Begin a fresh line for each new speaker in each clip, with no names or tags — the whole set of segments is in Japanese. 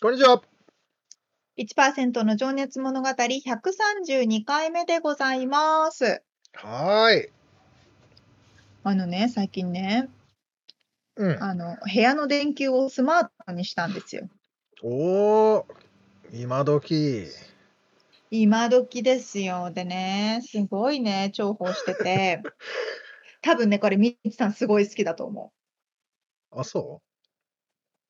こんにちは。
1%の情熱物語132回目でございます
はーい。
あのね最近ね
うん。
あの部屋の電球をスマートにしたんですよ
おー、今時。
今時ですよ。でね、すごいね、重宝してて。多分ね、これ、みちさんすごい好きだと思う。
あ、そ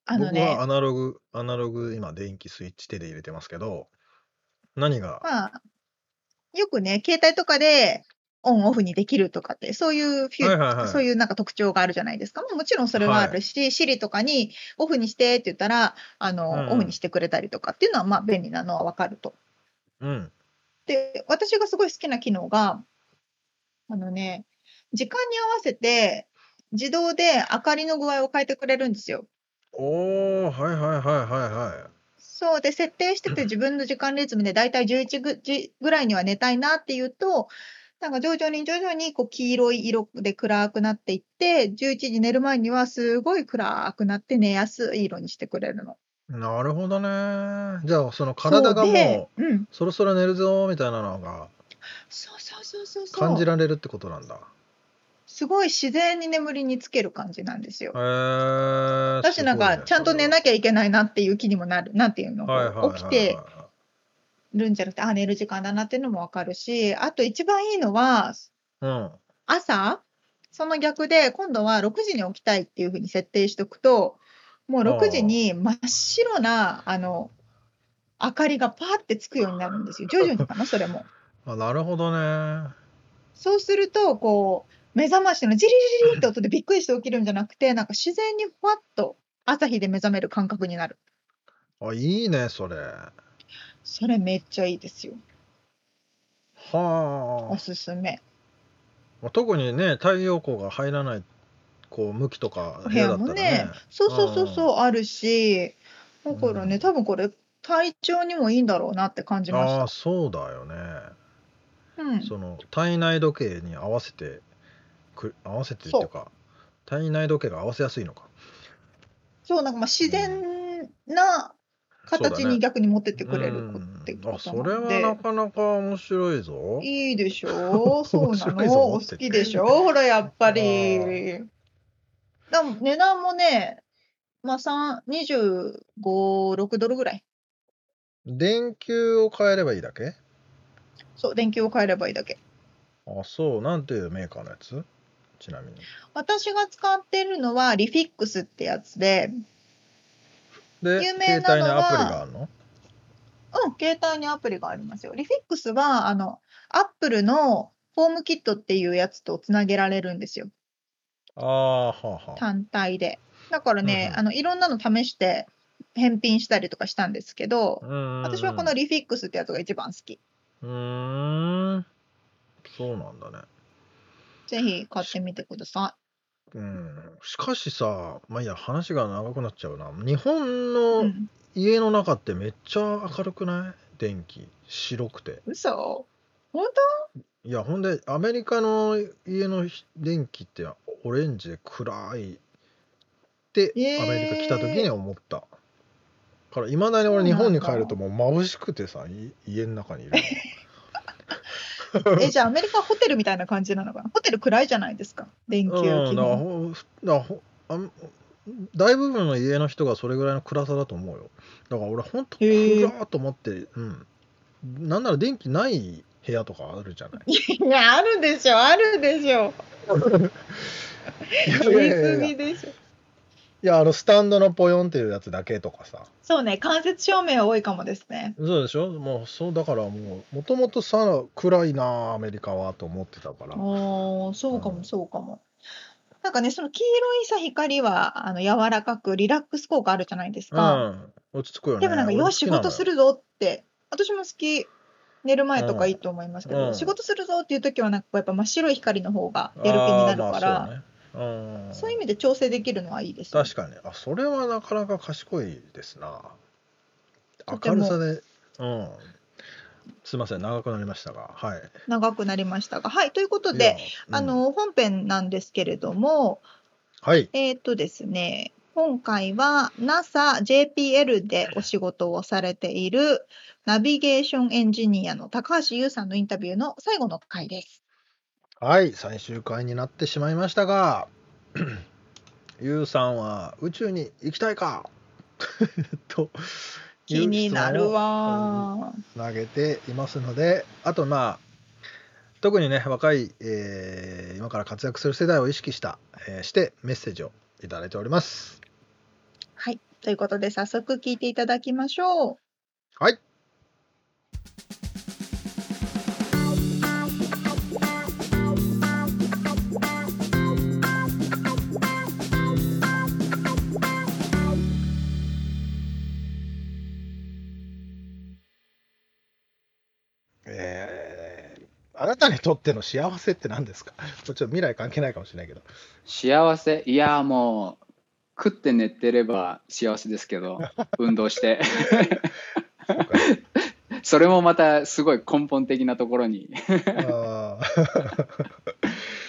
あ
う
の
僕
ね
は、アナログ、アナログ、今、電気スイッチ手で入れてますけど、何が、
まあ、よくね、携帯とかでオンオフにできるとかって、そういうフュー、
はいはいはい
そういうなんか特徴があるじゃないですか。まあもちろんそれはあるし、Siri とかにオフにしてって言ったら、あの、
うん
オフにしてくれたりとかっていうのは、まあ、便利なのはわかると。
うん。
で、私がすごい好きな機能が、あのね、時間に合わせて自動で明かりの具合を変えてくれるんですよ。
おー、はいはいはいはいはい。
そうで、設定 してて自分の時間リズムでだいたい11ぐじぐらいには寝たいなっていうと、なんか徐々に徐々にこう黄色い色で暗くなっていって、11時寝る前にはすごい暗くなって寝やすい色にしてくれるの。
なるほどね。じゃあ、その体が
そうで
もう、
うん、
そろそろ寝るぞ、みたいなのが
そうそうそうそうそう。
感じられるってことなんだ。
すごい自然に眠りにつける感じなんですよ
へ。ー。
私なんか、ちゃんと寝
い
なきゃいけないなっていう気にもなる、なんていうの、
それははいはいはいはい
起きてるんじゃなくて、あ、寝る時間だなっていうのもわかるし、あと一番いいのは、
うん。
朝、その逆で、今度は6時に起きたいっていうふうに設定しておくと、もう6時に真っ白な、あの、明かりがパーってつくようになるんですよ。徐々に かな、それも。
あ、なるほどね。
そうすると、こう、目覚ましのジリリリリって音でびっくりして起きるんじゃなくて、なんか自然にふわっと朝日で目覚める感覚になる。
あ、いいね、それ。
それめっちゃいいですよ。
はあ
お。すすめ。
まあ特にね太陽光が入らないこう向きとか
お
部
部
屋
屋
だった
も
ら
ね
ね、
そうそうそうそうあるし、だからね、
うん
多分これ体調にもいいんだろうなって感じま
ああ
し
そうだよね、
た。うん、
その体内時計に合わせてく合わせてっていうか体内時計が合わせやすいのか
そうなんかまあ自然な形に逆に持ってってくれるって
うん
こ
あ
とな
それ
の
はな
で。
かなか面白いぞ
いいでしょうそうな
面白いぞ
のお好
って
きでしょほらやっぱり
あ。
でも値段もね、まあ3 25、6ドルぐらい。
電球を変えればいいだけ
そう、電球を変えればいいだけ。
あそうなんていうメーカーのやつちなみに
私が使ってるのはリフィックスってやつで、
で
有名
携
な
帯
の
に
は
アプリがあるの
うん、携帯にアプリがありますよ。リフィックスは、あの、アップルのホームキットっていうやつとつなげられるんですよ。
ああはあはあ
単体で。だからね、
うんうん
あの、いろんなの試して返品したりとかしたんですけど、
うんうんうん
私はこのリフィックスってやつが一番好き。
うーんそうなんだね
ぜひ買ってみてくださ
うんしかしさ、まあいいや、話が長くなっちゃうな。日本
い。う
の
ん。
家の中ってめっちゃ明るくない電気、白くて。
嘘本
いや、ほんで、アメリカの家のひ電気ってオレンジで暗いって、
えー
アメリカ来た時に思った。から、いまだに俺、
そう
日
なんだ
本に帰るともう眩しくてさ、い家の中にいるの。
当え、じゃあアメリカホテルみたいな感じなのかなホテル暗いじゃないですか。電球、
うん、
基
だから
本。
ほだからほあん大部分の家の人がそれぐらいの暗さだと思うよだから俺ほんと
へえ
暗っと思って、うんなんなら電気ない部屋とかあるじゃない。
いやあるでしょあるでしょ
いやい
入
や
り
いやいや
組
い
みでしょ
やあのスタンドのポヨンっていうやつだけとかさ
そうね間接照明は多いかもですね
そうでしょもうそうだからもうもともとさ暗いなあアメリカはと思ってたから
おーそうか
う
も
ん
そうかもなんかねその黄色いさ光はあの柔らかくリラックス効果あるじゃないですか、
うん、落ち着くよね
でもなんかよし仕事す
る
るぞって私も好き寝る前とか
うん
いいと思いますけど、
うん
仕事するぞっていう時はなんかこうやっぱ真っ白い光の方がやる気になるから、
そう,、ねうん、
そういう意味で調整できるのはいいです、ね、
確かにあそれはなかなか賢いですな
とて
明
も
るさでうんすいません長くなりましたがはい
長くなりましたがはいということ
いや
で、
うん
あの本編なんですけれども
はい
えーっとですね今回は NASAJPL でお仕事をされているナビゲーションエンジニアの高橋優さんのインタビューの最後の回です。
はい最終回になってしまいましたが ゆうさんは宇宙に行きたいか という
気になるわー。
投げていますのであとまあ特にね若い、えー今から活躍する世代を意識した、えーしてメッセージをいただいております
はい、ということで早速聞いていただきましょう。
はいえーあなたにとっての幸せって何ですか ちょっと未来関係ないかもしれないけど
幸せいやもう食って寝てれば幸せです けど運動してそれもまたすごい根本的なところに
あ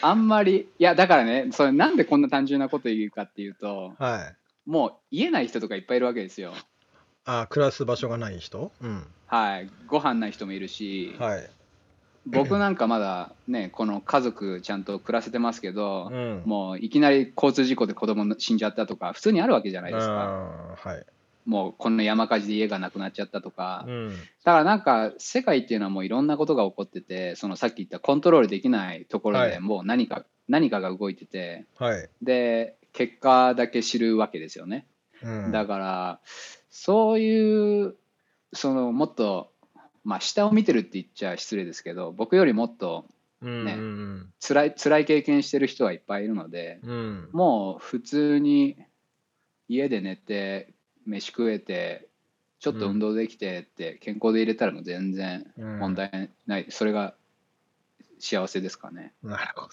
あんまりいやだからねそれなんでこんな単純なこと言うかっていうと
ーはい
もう言えない人とかいっぱいいるわけですよ
あー暮らす場所がない人うん
はいご飯ない人もいるし、
はい
僕なんかまだねこの家族ちゃんと暮らせてますけど、
うん
もういきなり交通事故で子供の死んじゃったとか普通にあるわけじゃないですか、
あーはい
もうこんな山火事で家がなくなっちゃったとか、
うん
だからなんか世界っていうのはもういろんなことが起こっててそのさっき言ったコントロールできないところ
はい
でもう何か、何かが動いてて
はい
で結果だけ知るわけですよね、
うん
だからそういうそのもっとまあ下を見てるって言っちゃ失礼ですけど僕よりもっと
うん
ね
うん
辛い辛い経験してる人はいっぱいいるので
うん
もう普通に家で寝て飯食えてちょっと運動できてって健康で入れたらもう全然
うん
問題ない、それが幸せですかね、
なるほど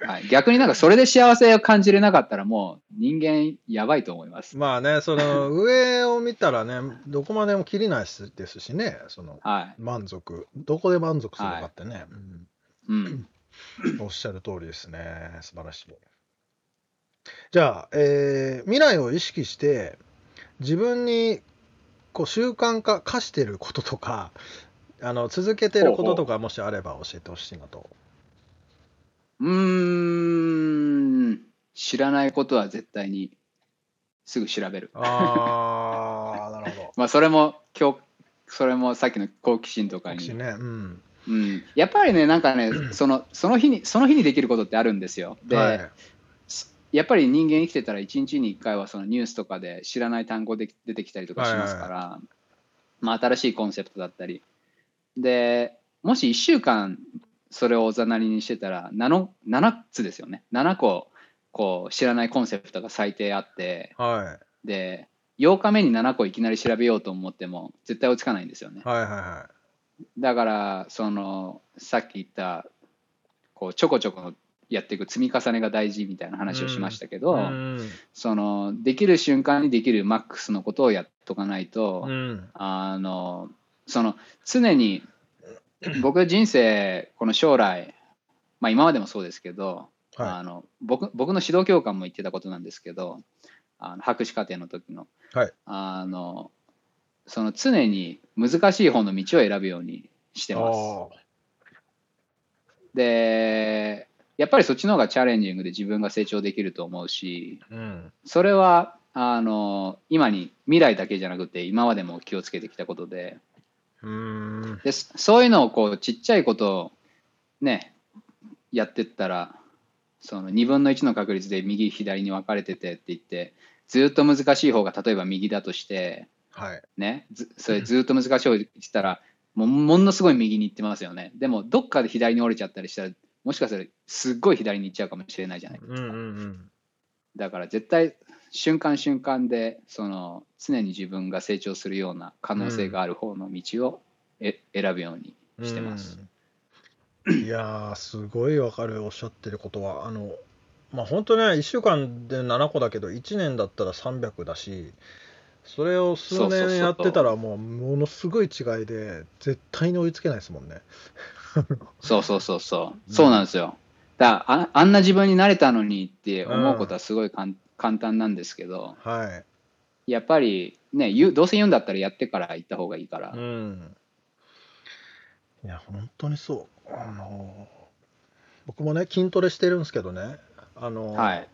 はい、逆になんかそれで幸せを感じれなかったらもう人間やばいと思います、
まあねその 上を見たらねどこまでも切りないしですしねその
はい
満足どこで満足するかってね、
うん、
うんおっしゃる通りですね素晴らしいじゃあ、えー未来を意識して自分にこう習慣化課してることとかあの続けてることとかもしあれば教えてほしいなと
うーん知らないことは絶対にすぐ調べる
あ あなるほ
まあそれも今日それもさっきの好奇心と
ど
かに
私ねうん
うん、やっぱりねなんかねそのその日にその日にできることってあるんですよで、
はい
やっぱり人間生きてたら1日に1回はそのニュースとかで知らない単語で出てきたりとかしますから、まあ、新しいコンセプトだったりでもし1週間それをおざなりにしてたら 7, 7つですよね7個こう知らないコンセプトが最低あって
はい
で8日目に7個いきなり調べようと思っても絶対追いつかないんですよね。
はいはいは
だからそのさっき言ったこうちょこちょこやっていく積み重ねが大事みたいな話をしましたけど、
い
そのできる瞬間にできるマックスのことをやっとかないと、
うんうん
あのその常に僕人生この将来、まあ、今までもそうですけど、
は
あの僕僕の指導教官も言ってたことなんですけどあの博士課程の時の,、
はい
あのその常に難しい方の道を選ぶようにして
い
ます。
あ
でやっぱりそっちの方がチャレンジングで自分が成長できると思うし
ーうん
それはあの今に未来だけじゃなくて今までも気をつけてきたことで
うーん。
でそそういうのをこうちっちゃいことをねやってったらその2分の1の確率で右左に分かれててって言ってずっと難しい方が例えば右だとして
はい。
ねずそれずっと難しい方言ってたらもものすごい右に行ってますよねでもどっかで左に折れちゃったりしたらもしかしたらすっごい左に行っちゃうかもしれないじゃない
うんうんうん。
だから絶対瞬間瞬間でその常に自分が成長するような可能性がある方の道をえ、選ぶようにしてます。
うん。いやー、すごいわかる、おっしゃってることは。あの、まあ、本当ね、1週間で7個だけど、1年だったら300だし、それを数
そうそうそう
年やってたら、もう、ものすごい違いで、絶対に追いつけないですもんね。
そうそうそうそうう。
ん
そうなんですよ。だからああんな自分になれたのにって思うことはすごいかん簡単なんですけど、
はい。
やっぱりね、言うどうせ言うんだったらやってから行った方がいいから
う。ん。いや、本当にそう。あのー、僕もね、筋トレしてるんですけどね、あのー、
はい。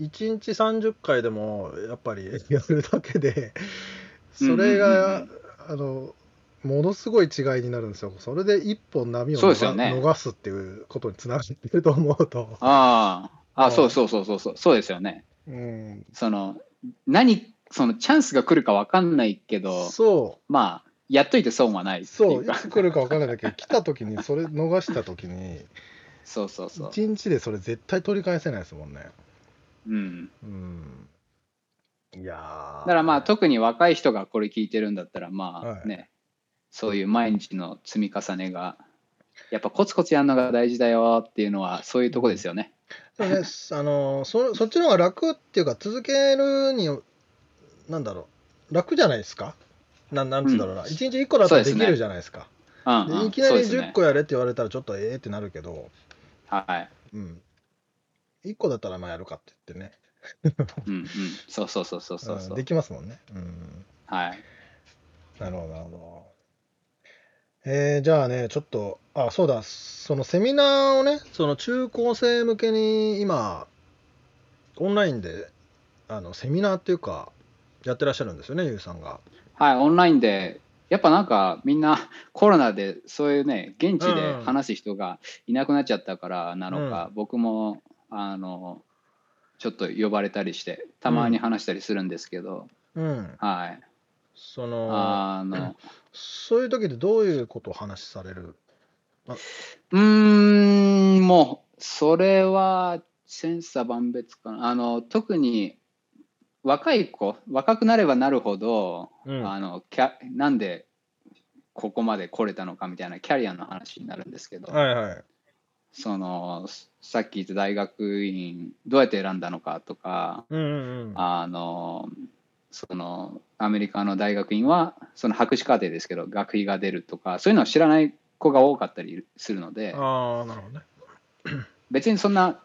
1日30回でもやっぱり やるだけでそれが、
うん
あのものすごい違いになるんですよそれで一本波を
そう
逃
ですよね
逃すっていうことにつながってると思うと、
ああ、
は
あ、
い
そうそうそうそうそう、そうですよね。
うん、
その、何、そのチャンスが来るか分かんないけど、
そ
まあ、やっといて損はないうってい
そううい
か。
つ来るか分からないけど来た時にそれ逃した時に
そうそう そう。
1日でそれ絶対取り返せないですもんね、
うん。
うん、いや
だ
だ
からまあ特に若い人がこれ聞いてるんだったらま
は
あ
い
ね、そういう毎日の積み重ねがやっぱコツコツやるのが大事だよっていうのはそういうとこですよね。
そうね、あのそそっちの方が楽っていうか続けるになんだろう楽じゃないですかなんなんつうんだろうな、
うん
一1日1個だったら
そ
で
うで
すき
ね
るじゃないですか
うん
で、
うん
いきなり
そうです
10
ね
個やれって言われたらちょっとええってなるけど、
はい。
うん、1個だったらまあやるかって言ってね
うんうん。そうそうそうそうそう
う
そ
ん
う
で。きますもんね、うん、
はい。
なるほどなるほどえーじゃあねちょっとあそうだそのセミナーをねその中高生向けに今オンラインであのセミナーっていうかやってらっしゃるんですよねゆうさんが
はい。オンラインでやっぱなんかみんな コロナでそういうね現地で話す人がいなくなっちゃったからなのか、僕もあのちょっと呼ばれたりしてたまに話したりするんですけど、
うん、
はい。
その
あの
そういう時でどういうことを話しされる
うーん、もう、それは、千差万別かな。あの、特に、若い子、若くなればなるほど、
うん
あの、キャなんで、ここまで来れたのかみたいなキャリアの話になるんですけど、
はいはい
その、さっき言った大学院、どうやって選んだのかとか、
うんうんうん
あの、その、アメリカの大学院は、その博士課程ですけど、学費が出るとか、そういうのを知らない子が多かったりするので、
ああなるほどね
別にそんな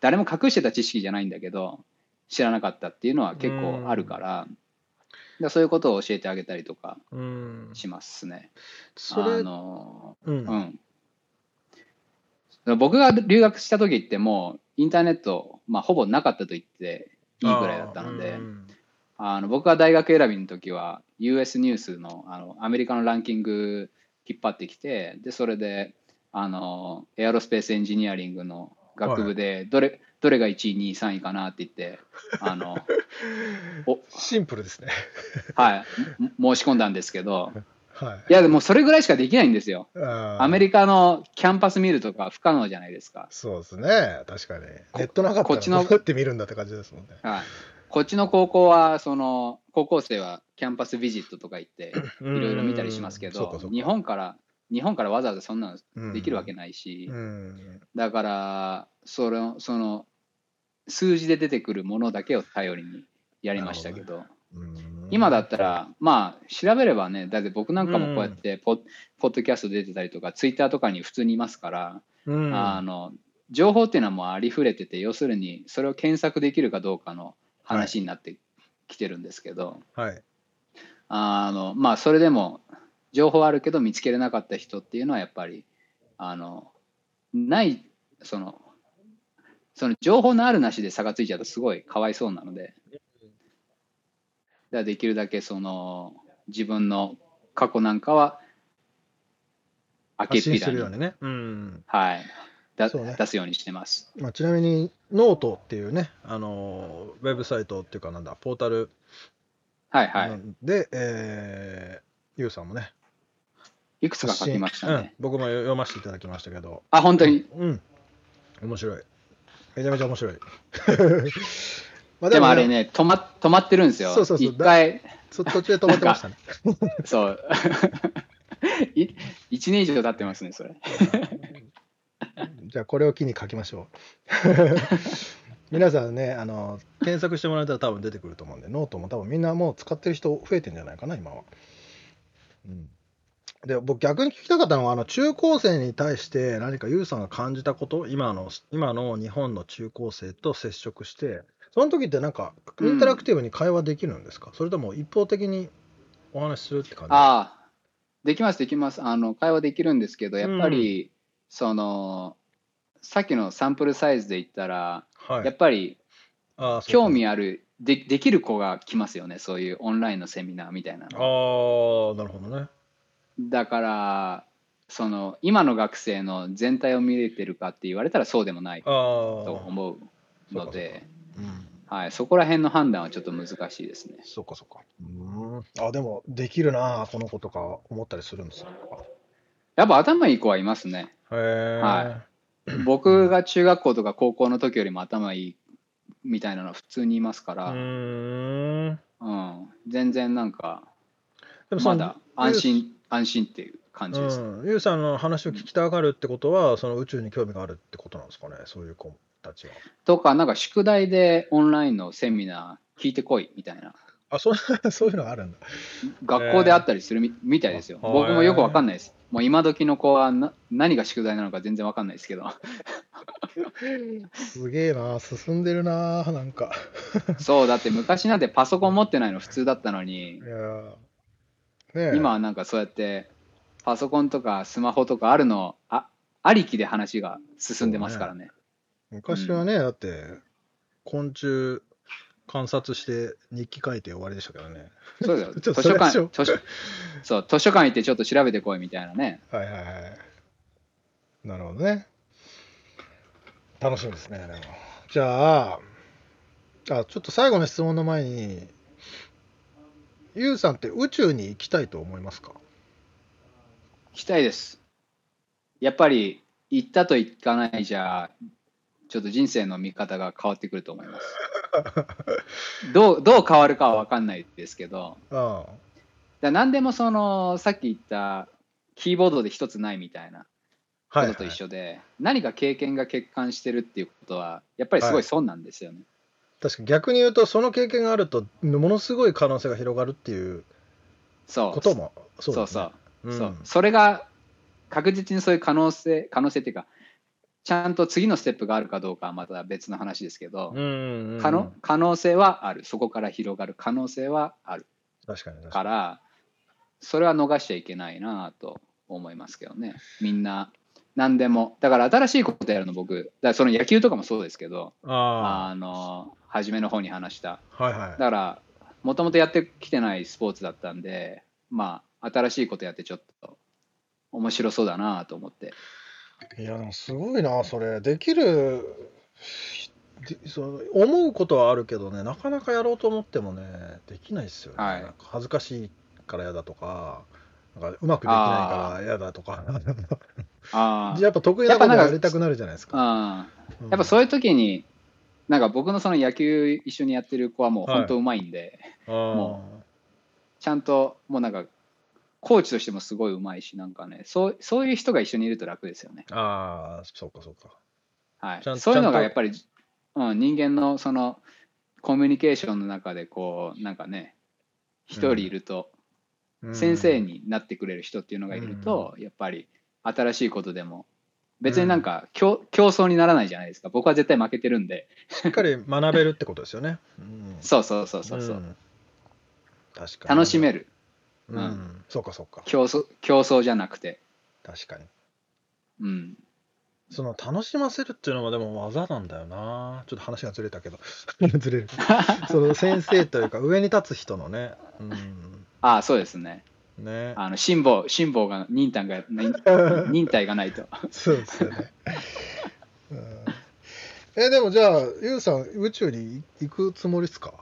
誰も隠してた知識じゃないんだけど知らなかったっていうのは結構あるから,、そういうことを教えてあげたりとか
うん
しますね。
そ
あ
れ
の
うん
う
はい
ん僕が留学した時ってもうインターネット、まあ、ほぼなかったと言っていいぐらいだったのであ、の僕が大学選びの時は US ニュースのあのアメリカのランキング引っ張ってきてでそれであのエアロスペースエンジニアリングの学部でどれ,、どれが1位2位3位かなって言ってあ の、お
シンプルですね
はい、も申し込んだんですけど
はい
いやでもそれぐらいしかできないんですよア
ア
メリカのキャンパス見るとか不可能じゃないですか、
そうですね確かに
こ
ネットなかった
こっ
ら
ちの
どうやって見るんだって感じですもんね
はい、こっちの高校はその高校生はキャンパスビジットとか行って
い
いろいろ見たりしますけど日本から日本からわざわざそんなのできるわけないし、
うん
だからそれをその数字で出てくるものだけを頼りにやりましたけど
うん
今だったらまあ調べればねだって僕なんかもこうやってポ,、ポッドキャスト出てたりとかツイッターとかに普通にいますから、
うん
あの情報っていうのはもうありふれてて要するにそれを検索できるかどうかの話になってきてるんですけど、
はい
あのまあそれでも情報はあるけど見つけれなかった人っていうのはやっぱりあのないそのその情報のあるなしで差がついちゃうとすごいかわいそうなのでだからできるだけその自分の過去なんかは、明け
発
っ
信
ぴ
す
ら
る
に、
ようにね。うん。
はいだ
そうね
出すようにしてます。
まあ、ちなみに、ノートっていうね、あのーウェブサイトっていうか、なんだ、ポータル
はいはい。
で、えー、ゆうさんもね、
いくつか書きましたね。
うん、僕も読ませていただきましたけど、
あ、本当に。
うん、面白い。めちゃめちゃ面白い。 ま
でもあれ、ね、止ま止まってるんですよ。
そうそうそう
一回、
そ 途中で止まってましたね。
そう。 い一年以上経ってますね、それ。
じゃあ、これを機に書きましょう。 皆さんね、あの、検索してもらえたら多分出てくると思うんで、ノートも多分みんなもう使ってる人増えてんじゃないかな、今は。うん。で、僕逆に聞きたかったのは、あの、中高生に対して何かユウさんが感じたこと、今の、今の日本の中高生と接触して、その時ってなんか、インタラクティブに会話できるんですか、それとも一方的にお話しするって感じ
ああ、できます、できます。あの、会話できるんですけど、やっぱり、その、さっきのサンプルサイズで言ったら、
は
やっ
い。
ぱり
ああそうか
興味あるで、できる子が来ますよね、そういうオンラインのセミナーみたいなの
ああ、なるほどね。
だから、その、今の学生の全体を見れてるかって言われたらそうでもない
ああ。
と思うので、
うん
はい、そこら辺の判断はちょっと難しいですね。
そうかそうか。うーん。あ、でも、できるなあ、この子とか思ったりするんですよ。
やっぱ頭いい子はいますね。
へえ。
は僕が中学校とか高校の時よりも頭いいみたいなのは普通にいますか
う
ら、
ーん。
うん全然なんか
でもそ
ま
の
だ安心安心っていう感じです、
うん。ゆうさんの話を聞きたがるってことは、その宇宙に興味があるってことなんですかね、そういう子たちは。
とかなんか宿題でオンラインのセミナー聞いてこいみたいな
あ、そう そういうのがあるんだ。
学校であったりするみ,、みたいですよ
あ
僕もよくわかんないですもう今時の子はな何が宿題なのか全然わかんないですけど
すげえなあ、進んでるなあ、なんか。
そうだって昔なんてパソコン持ってないの普通だったのに
いやーねえ
今はなんかそうやってパソコンとかスマホとかあるのあありきで話が進んでますからね。
昔はね、だって、昆虫観察して日記書いて終わりでしたからね。
そうだ よ。
ちょ
図
っと
書館
それは
図書そう図書館行ってちょっと調べてこいみたいなね。
はいはいはい。なるほどね。楽しみですね。でもじゃあ、あ、ちょっと最後の質問の前に、ゆうさんって宇宙に行きたいと思いますか
行きたいです。やっぱり行ったと行かないじゃちょっと人生の見方が変わってくると思いま す。どうどう変わるかは分かんないですけど
ああ
だ何でもそのさっき言ったキーボードで一つないみたいなこ
はい、
とと一緒で、何か経験が欠陥してるっていうことはやっぱりすごい損なんですよね。
確かに逆に言うと、その経験があると、ものすごい可能性が広がるっていう
そう
ことも、そ
そう
で
うそう
す
そ
ね
う、
うん
それが確実にそういう可能性可能性っていうかちゃんと次のステップがあるかどうかはまた別の話ですけど、
うんうんうん
可能可能性はあるそこから広がる可能性はある
確かに確か
か
に。
らそれは逃しちゃいけないなと思いますけどねみんな何でもだから新しいことやるの僕だからその野球とかもそうですけど
あ
あの初めの方に話した
あ、はいはい。
だからもともとやってきてないスポーツだったんでまあ新しいことやってちょっと面白そうだなと思って
いやでもすごいなそれできるでその思うことはあるけどねなかなかやろうと思ってもねできないっすよね、
はい
なんか恥ずかしいから嫌だとかなんかうまくできないから嫌だとか
あ あ
やっぱ得意なこと
やっぱなんか
やりたくなるじゃないですか
ああ
うん
やっぱそういう時になんか僕のその野球一緒にやってる子はもう
はい
本当うまいんで、
あー
もちゃんともうなんかコーチとしてもすごいうまいしなんかねそうそういう人が一緒にいると楽ですよね、
あーそうかそうか
は
ちゃん
い、そういうの
ちゃん
が
と
やっぱり、うん、人間のそのコミュニケーションの中でこうなんかね一人いると、
うん
先生になってくれる人っていうのがいると、やっぱり新しいことでも別になんか競,、競争にならないじゃないですか僕は絶対負けてるんで
しっかり学べるってことですよね、うん
そうそうそうそうそう、
ん確かに
楽しめ
る、う
る
ん
うん
そうかそうか
競争競争じゃなくて
確かに
うん
その楽しませるっていうのはでも技なんだよなちょっと話がずれた けどずれるその先生というか上に立つ人のねうん
ああそうですね
ね。
あの辛抱辛抱が忍 耐がない忍耐がないと
そうですよね。うんえ、でもじゃあ、ユウさん、宇宙に行くつもりですか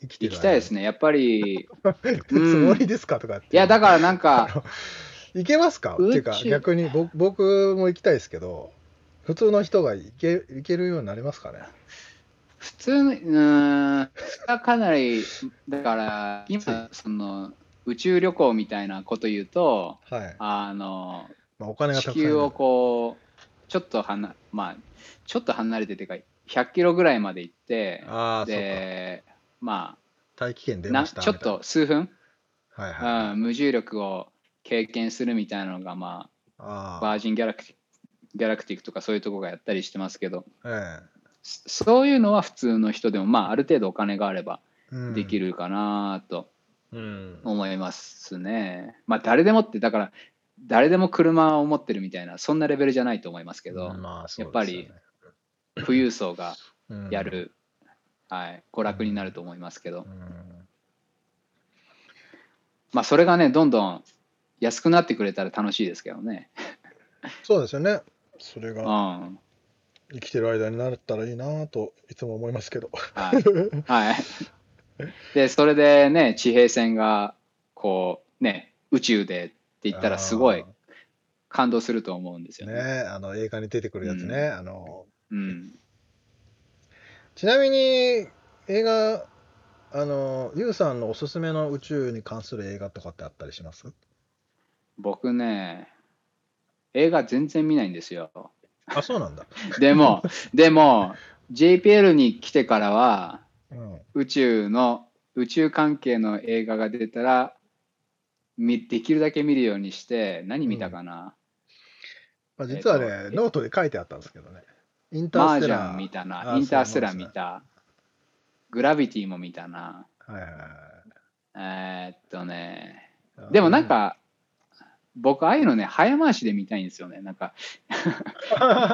生き
行きたいです
ね。
ねやっぱりい
行くつもりですかとかって。
やだからなんか
行けますかって
宇宙
いうか、逆に僕僕も行きたいですけど、普通の人が行け行けるようになりますかね。
普通のうーんそれはかなりだから今その宇宙旅行みたいなこと言うと
はい。
あの
まあ、お金がたく
地
さんい
球
る。
をこうちょっとはなまあちょっと離れててか100キロぐらいまで行って
ああ、そうか。
でま
大気圏
あ
出
な
ました
ちょっと数分、
みたいな。はいはい。
うん、無重力を経験するみたいなのがまあ
ああ、
バージンギャラクティギャラクティックとかそういうとこがやったりしてますけど
え
そそういうのは普通の人でもまあある程度お金があれば
えうん
でき。るかなと
うん。
思いますね。まあ誰でもってだから誰でも車を持ってるみたいなそんなレベルじゃないと思いますけど、
まあ、そう
やっぱり富裕層が
ぱり
や。る、はい、娯楽になると思いますけど、
うん
まあそれがねどんどん安くなってくれたら楽しいですけどね。
そうですよね。それ
う
が
ん、は
生きてる間になったらいいなといつも思いますけど。
い、はい、でそれでね地平線がこうね宇宙でって言ったらすごい
あ
感動すると思うんです
ー
よ
ね
ね。
あの映画に出てくるやつね、
う
あの
うん、
ちなみに映画あのゆうさんのおすすめの宇宙に関する映画とかってあったりします
僕ね映画全然見ないんですよ。
あそうなんだ、
でも、でも、JPL に来てからは、
うん、
宇宙の、宇宙関係の映画が出たら、みできるだけ見るようにして、何見たかな、
まあ、実はね、
えっと
ノートで書いてあったんですけどねインタ
マ
ー
ー
ステ
ジ
ラ
ャ
ー
ン見た
あ
な、インターステラー
そう
見
なんです
た、グラビティも見たな、
はいはい
えーっとね、
はい
でもなんか、僕、ああいうのね、早回しで見たいんですよね。なんか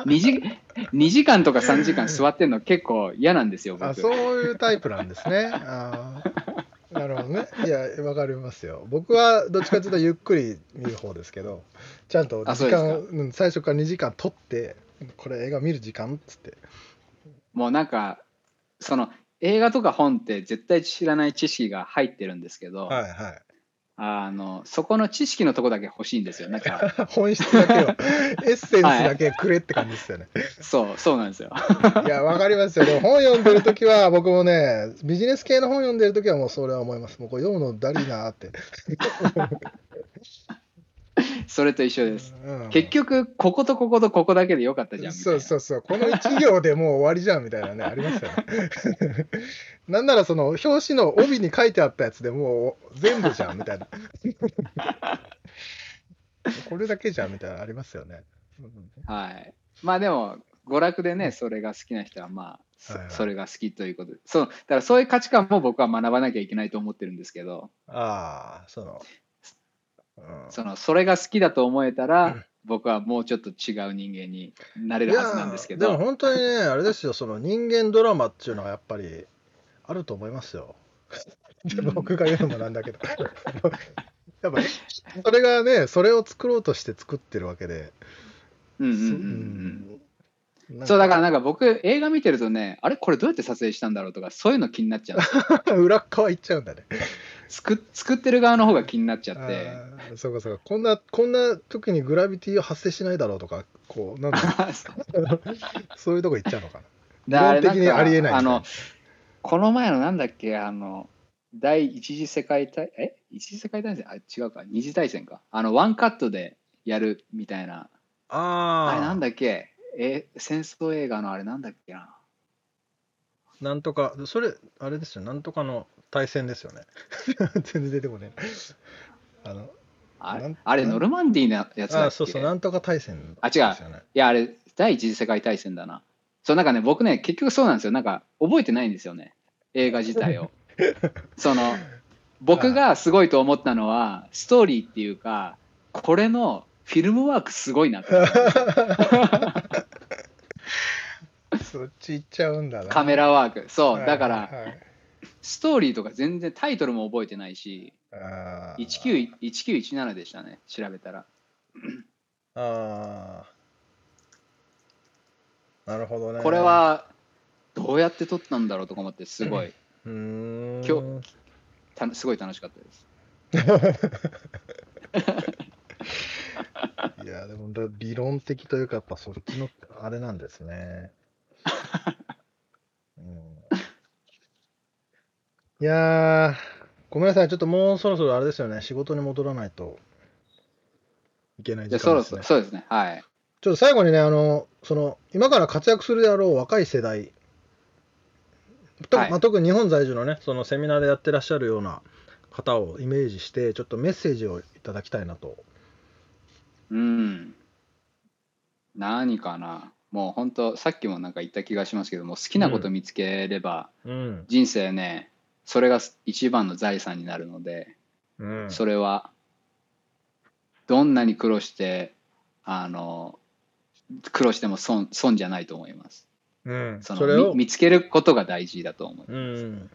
2, 時2時 間とか3時間座ってんの結構嫌なんですよ、僕。
あそういうタイプなんですね。あーなるほどね。いや、わかりますよ。僕はどっちかというとゆっくり見る方ですけど、ちゃんと
あ
時
そ
間、
う
うん最初から2時間取って、これ映画見る時間っつって。
もうなんかその映画とか本って絶対知らない知識が入ってるんですけど、
はいはい。
あのそこの知識のとこだけ欲しいんですよなんか
本質だけ を、エッセンスだけくれって感じですよね。
そうそうなんですよ
い、や、わかりますよ。でも本読んでるときは、僕もね、ビジネス系の本読んでるときはもうそれは思います。もうこれ読むのだりーなーって。
それと一緒です
うん
結局こことこことここだけでよかったじゃんみたい
そう
な
そうそう、この1行でもう終わりじゃんみたいなね、ありますよね。 なんならその表紙の帯に書いてあったやつでもう全部じゃんみ たいな。これだけじゃんみたいなのありますよね。うん
はいまあでも娯楽でねそれが好きな人はまあそ
はいはい
それが好きということでそうだからそういう価値観も僕は学ばなきゃいけないと思ってるんですけど
ああ、その。うん
そのそれが好きだと思えたら僕はもうちょっと違う人間になれるはずなんですけど
いやーでも本当にね、あれですよ、その人間ドラマっていうのはやっぱりあると思いますよ。
うん
僕が言うのもなんだけど。 やっぱり、それがね、それを作ろうとして作ってるわけで。
うんうんうんうん
うん
そうだからなんか僕映画見てるとねあれこれどうやって撮影したんだろうとかそういうの気になっちゃうんですよ
ら 裏っ側行っちゃうんだね。
作作ってる側の方が気になっちゃ
あ
って
ーそうかそうかこんなこんな時にグラビティは発生しないだろうとかこうなん だそういうとこ行っちゃうのか
で
な。
れ
理論的に
んか
ありえない
あ
みたいな。
のこの前のなんだっけあの第一次世界大え一次世界大戦あ違うか二次大戦かあのワンカットでやるみたいなあ
あ
れなん
だ
だっけえ戦争映画のあれなんだっけな
なんとかそれあれですよなんとかの対戦ですよね。 全然出てこねえ。あの
あ
な
れ
ん
あれノルマンディーのやつだっけ
あそうそうなんとか対戦
あ違う
ですよね。
いや、あれ、第一次世界大戦だな。そう、なんかね、僕ね、結局そうなんですよ。なんか、覚えてないんですよね。映画自 体を。その、僕がすごいと思ったのは、ストーリーっていうか、これのフィルムワークすご いなと思って。
そっち行っちゃうんだな。
カメラワーク。そう、
はい
だか
は
ら、
い
ストーリーとか全然タイトルも覚えてないし、
あー
19 1917でしたね、調べたら。
あーなるほどね。
これは、どうやって撮ったんだろうとか思って、すごい、
うーん。
今たすごい楽しかったです。
いや、でもだ理論的というか、やっぱそっちのあれなんですね。うん、いやー、ごめんなさい、ちょっともうそろそろあれですよね、仕事に戻らないといけない
じゃ
時
あそ
間
ろ
です
そ
ね
ろ、。そうですね、はい。
ちょっと最後にね、あの、その、今から活躍するであろう若い世代、と
はい
まあ、特に日本在住のね、そのセミナーでやってらっしゃるような方をイメージして、ちょっとメッセージをいただきたいなと。
うん。何かな。もう本当、さっきもなんか言った気がしますけども、好きなこと見つければ、
うん。
人生ね、それが一番の財産になるので、
うん。
それは、どんなに苦労して、あの、苦労しても損損じゃないと思います。
うん、
そ
それ
の
を
み見つけることが大事だと思います。
うん、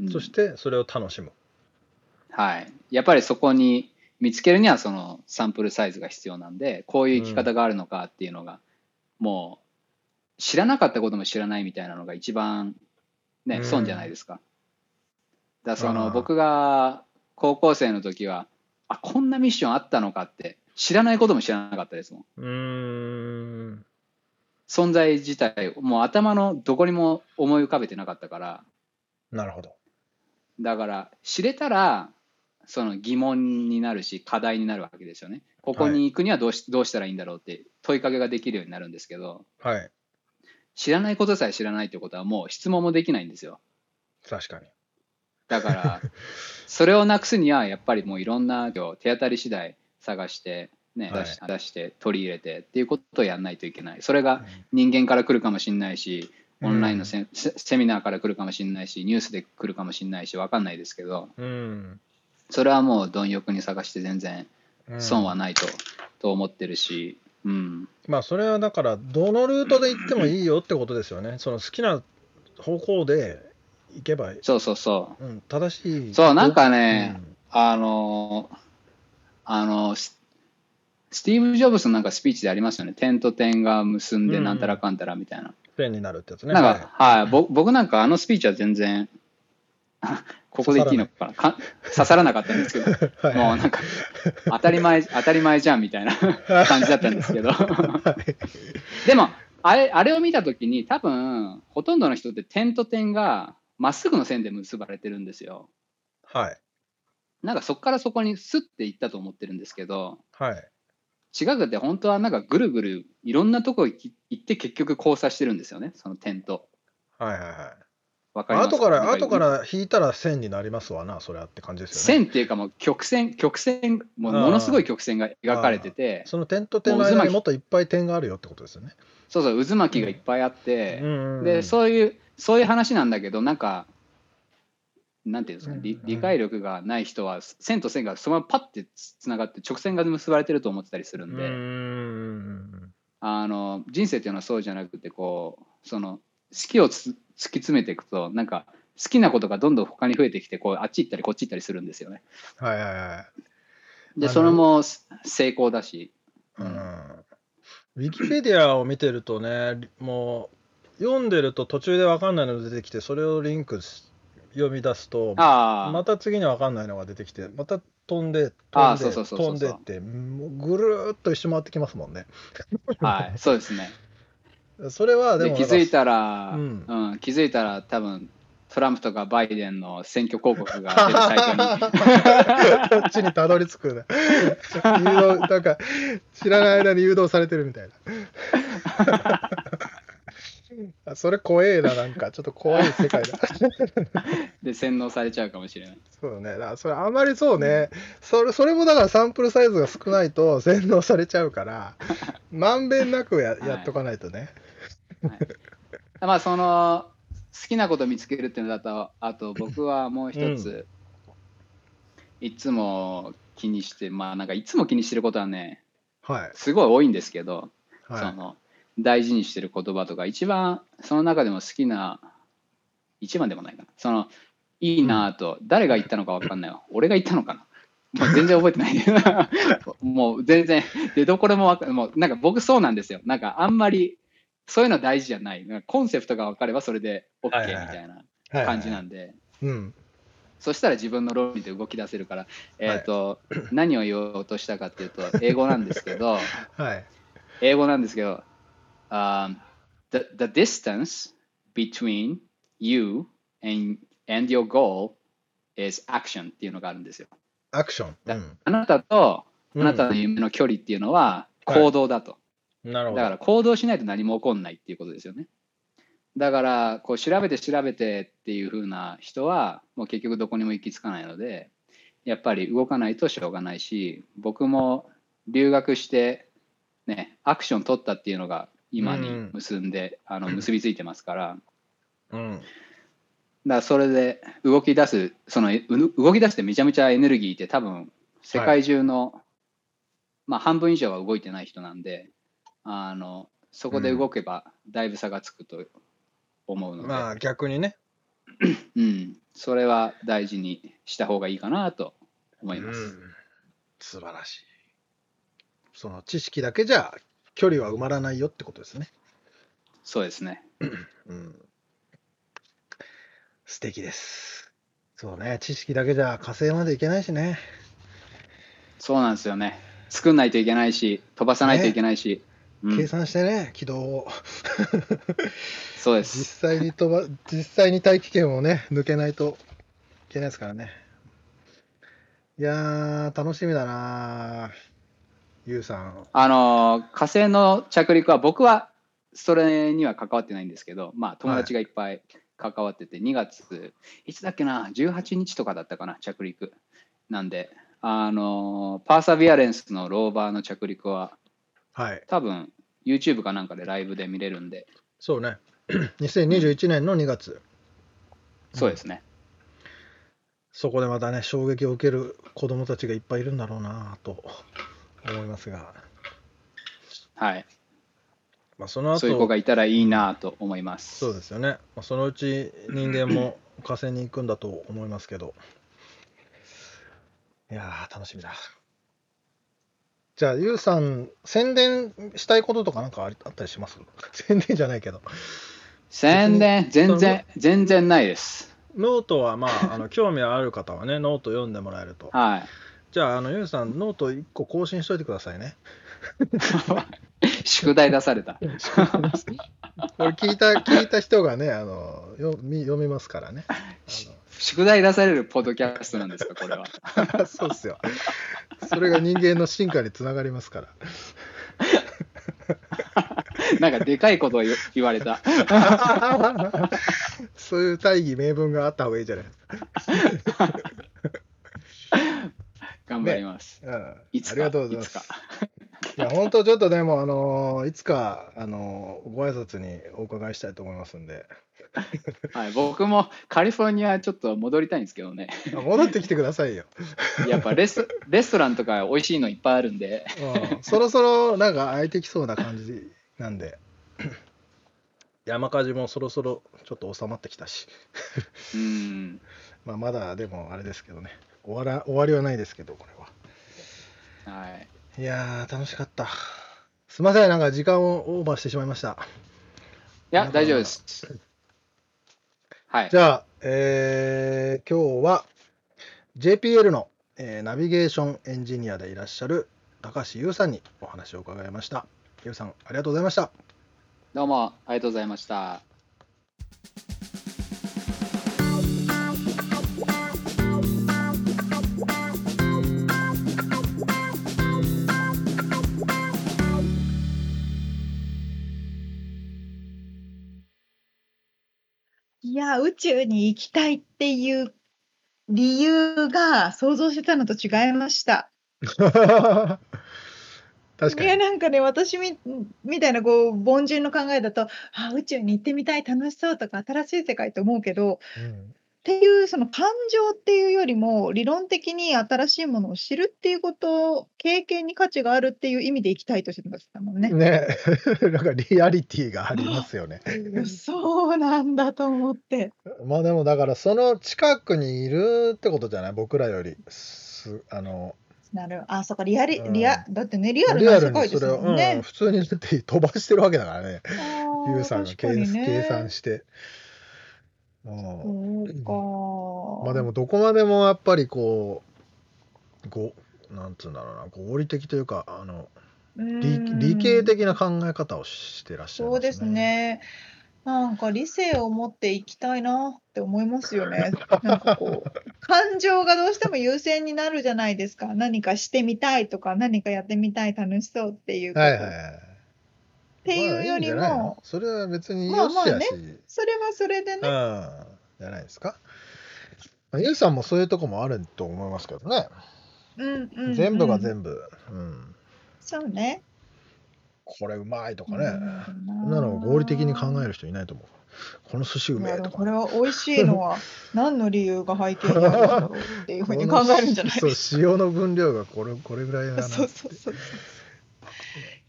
うん
そしてそれを楽しむ。
はい、やっぱりそこに見つけるにはそのサンプルサイズが必要なんでこういう生き方があるのかっていうのが、もう知らなかったことも知らないみたいなのが一番
う
ね
ん
損じゃないですか。だからそ
あ
の
ー
僕が高校生の時はあこんなミッションあったのかって知らないことも知らなかったですもん。
うーん、
存在自体をもう頭のどこにも思い浮かべてなかったから
なるほど。
だから知れたらその疑問になるし課題になるわけですよね。ここに行くにはどうし,、どうしたらいいんだろうって問いかけができるようになるんですけど
はい、
知らないことさえ知らないってことはもう質問もできないんですよ。
確かに。
だから それをなくすにはやっぱりもういろんな手当たり次第探して、ね
はい
出し出して取り入れてっていうことをやらないといけない。それが
う
人間から来るかもしれないしオンラインの
ん
セ,、セセミナーから来るかもしれないしニュースで来るかもしれないし分かんないですけど
うん、
それはもう貪欲に探して全然
うん
損はないと,、と思ってるし、うん、
まあそれはだからどのルートで行ってもいいよってことですよね。その好きな方向で行けば、
そうそうそ
うん、正しい。
うそうなんかね、あのーあのーススティーブ・ジョブズのなんかスピーチでありますよね点と点が結んで
うん
なんたらかんたらみたいな、
うん、ペンになるってやつね。
なん
はい
か、はい、ぼ僕なんかあのスピーチは全 然ここで言っていいのかなか 刺さらなかったんですけど
はい
もうなんか、当たり前、当たり前じゃんみたいな感じだったんです けど。でも、あれ、あれを見たときに、多分、ほとんどの人って点と点が、まっすぐの線で結ばれてるんですよ。
はい、
なんかそこからそこにスッていったと思ってるんですけど、
はい。
違くて本当はなんかぐるぐるいろんなとこ行き行って結局交差してるんですよね、その点と。
はいはいは
わか
い。
ります
後から、
なん
後から引いたら線になりますわな、それはって感じですよね。
線っていうかもう曲線、曲線、もうものすごい曲線が描かれてて、
その点と点の間にもっといっぱい点があるよってことですよね。
そうそう、渦巻きがいっぱいあって、
うん
でそういうそういう話なんだけどなんかなんていうんですかね
うん
理
うん
理解力がない人は線と線がそのままパッてつながって直線が結ばれてると思ってたりするんで、
ん
あの人生っていうのはそうじゃなくてこうその好きをつ突き詰めていくとなんか好きなことがどんどん他に増えてきてこうあっち行ったりこっち行ったりするんですよね。
はいはいは
で
あの
それもす成功だし、
い。うん。ウィキペディアを見てるとね、もう読んでると途中で分かんないのが出てきて、それをリンクし読み出すと、
ああ、
また次に分かんないのが出てきて、また飛んで、飛
ああ
んで、
そうそうそうそ
飛
うんそ
で
う
って、もうぐるーっと一周回ってきますもんね。
はい、そうですね。
それはで
で
も
気
なんか
づいたら、
う
うんん気づいたら多分トランプとかバイデンの選挙広告が出るサイトに
こっちにたどり着くね。誘導、なんか、知らない間に誘導されてるみたい な。あそれ怖えな、なんか、ちょっと怖い世界だ。
で洗脳されちゃうかもしれない。
そうね、だからそれあんまりそうね、それ、それもだからサンプルサイズが少ないと洗脳されちゃうから、まんべんなくや
はい
やっとかないとね。
まあその好きなこと見つけるっていうのだとあと僕はもう一つ、いつも気にしてまあなんかいつも気にしてることはね
はい。
すごい多いんですけど、
は
そ
い。
の大事にしてる言葉とか一番その中でも好きな一番でもないかな。その、いいなぁと、誰が言ったのか分かんないわ。俺が言ったのかな。もう全然覚えてない。 もう全然、出どころもわかもうなんか僕そうなんですよ。なんかあんまり、そういうの大事じゃない。なんかコンセプトが分かればそれで OK み
はいはいはい
たいな
はい
感じなんで。
うん。
そしたら自分の論理で動き出せるから、えっと何を言おうとしたかっていうと英語なんですけど
はい。
英語なんですけど、um, the, the distance between you and, and your goal is action っていうのがあるんですよ
アクション。
だ
うん
あなたとあ
うん
なたの夢の距離っていうのは
はい
行動だと、
なるほ
だか
ど。
ら行動しないと何も起こんないっていうことですよね。だからこう調べて調べてっていう風な人はもう結局どこにも行き着かないのでやっぱり動かないとしょうがないし僕も留学してねアクション取ったっていうのが今に結んで、あの結びついてますから。
うん。
だからそれで動き出すそのえう動き出してめちゃめちゃエネルギーって多分世界中の、まあ半分以上は動いてない人なんであのそこで動けばだいぶ差がつくと思うので、うん
まあ逆にね。
それは大事にした方がいいかなと思います、
うん素晴らしい。その知識だけじゃ距離は埋まらないよってことですね。
そうですね
うん。素敵です。そうね、知識だけじゃ火星まで行けないしね。
そうなんですよね作んないといけないし飛ばさないといけないし、うん
計算してね、軌道を。
そうです
実際に飛ば、 実際に大気圏をね、抜けないといけないですからね。いやー、楽しみだなーゆうさん。
あの火星の着陸は僕はそれには関わってないんですけど、まあ、友達がいっぱい関わってて、2月いつだっけな18日とかだったかな着陸なんであのパーサビアレンスのローバーの着陸は
はい。
多分 YouTube かなんかでライブで見れるんで
そうね。2021年の2月。
そうですね、
そこでまたね、衝撃を受ける子供たちがいっぱいいるんだろうなぁと思いますが、
はい
まあ、その後
そういう子がいたらいいなと思います
そうですよね、まあ、そのうち人間も火星に行くんだと思いますけど、いやー、楽しみだ。じゃあ、ゆうさん、宣伝したいこととかなんかありあったりします 宣伝じゃないけど、
宣伝全然全然ないです
ノートは、まあ、あ の興味ある方はね、ノート読んでもらえると。
はい
じゃあ、あのゆうさん、ノート1個更新しといてくださいね。
宿題出され た
これ聞いた聞いた人がねあの読み読みますからね。
宿題出されるポッドキャストなんですかこれは
あの そうっすよ。それが人間の進化につながりますから。
なんかでかいことを言う言われた。
そういう大義名分があった方がいいじゃないですか。
頑張ります。
うん
いつ
あ
か
りがとうございます。
いつか
いや本当ちょっとでもあのいつかあのご挨拶にお伺いしたいと思いますんで
はい、僕もカリフォルニアちょっと戻りたいんですけど ね。
あ戻ってきてくださいよ。
やっぱレスレストランとか美味しいのいっぱいあるんで、
うんそろそろなんか空いてきそうな感じなんで山火事もそろそろちょっと収まってきたし、
うん、
まあ、まだでもあれですけどね終わら終わりはないですけどこれは
はい、
いやー楽しかったすいませんなんか時間をオーバーしてしまいました
いや、大丈夫です。はい
じ、ゃあ、えー今日は JPL の、えーナビゲーションエンジニアでいらっしゃる高橋優さんにお話を伺いました優さんありがとうございま した
どうもありがとうございました。
いや宇宙に行きたいっていう理由が想像してたのと違いました。
確か
いや
に
なんかね私みみたいなこう凡人の考えだとあ宇宙に行ってみたい楽しそうとか新しい世界と思うけど
うん
っていうその感情っていうよりも理論的に新しいものを知るっていうことを経験に価値があるっていう意味でいきたいとしてましたもんね。
ね なんかリアリティがありますよね。
そうなんだと思って。
まあでもだからその近くにいるってことじゃない僕らより。すあの
なるあそうかリアリ、
うん
リアだってねリアル
リ
な
ア
世
ルに
界で
そ
す
れを、
もん
うん、
ね。
普通にだって飛ばしてるわけだからね
あ
y
ー
o さんが
確
計,、
かにね
計算して。うん
そうか。
まあでもどこまでもやっぱりこうごなんつうんだろうな合理的というかあの
うん
理理系的な考え方をしてらっしゃい
そ
ますね。
うです。ね。なんか理性を持っていきたいなって思いますよ ね。なんかこう、感情がどうしても優先になるじゃないですか。何かしてみたいとか、何かやってみたい、楽しそうっていうこと。
はいはいはい。
っ
って
いうよりも、
それは別に
まあ
よ
まあ
しやし、
それはそれでね。
うんじゃないですか。まあゆうさんもそういうとこもあると思いますけどね。
うんうん、うん。
全部が
部。
全部、うん、
そうね。
これうまいとかね。
うん
そんなのを合理的に考える人いないと思う。この寿司うめえ
いや
と
こ
か
れ。は美味しいの は何の理由が背景にあるんだろうっていうふうに考えるんじゃない
このそう塩の分量がこれこれぐらいだなって
そうそうそうそう。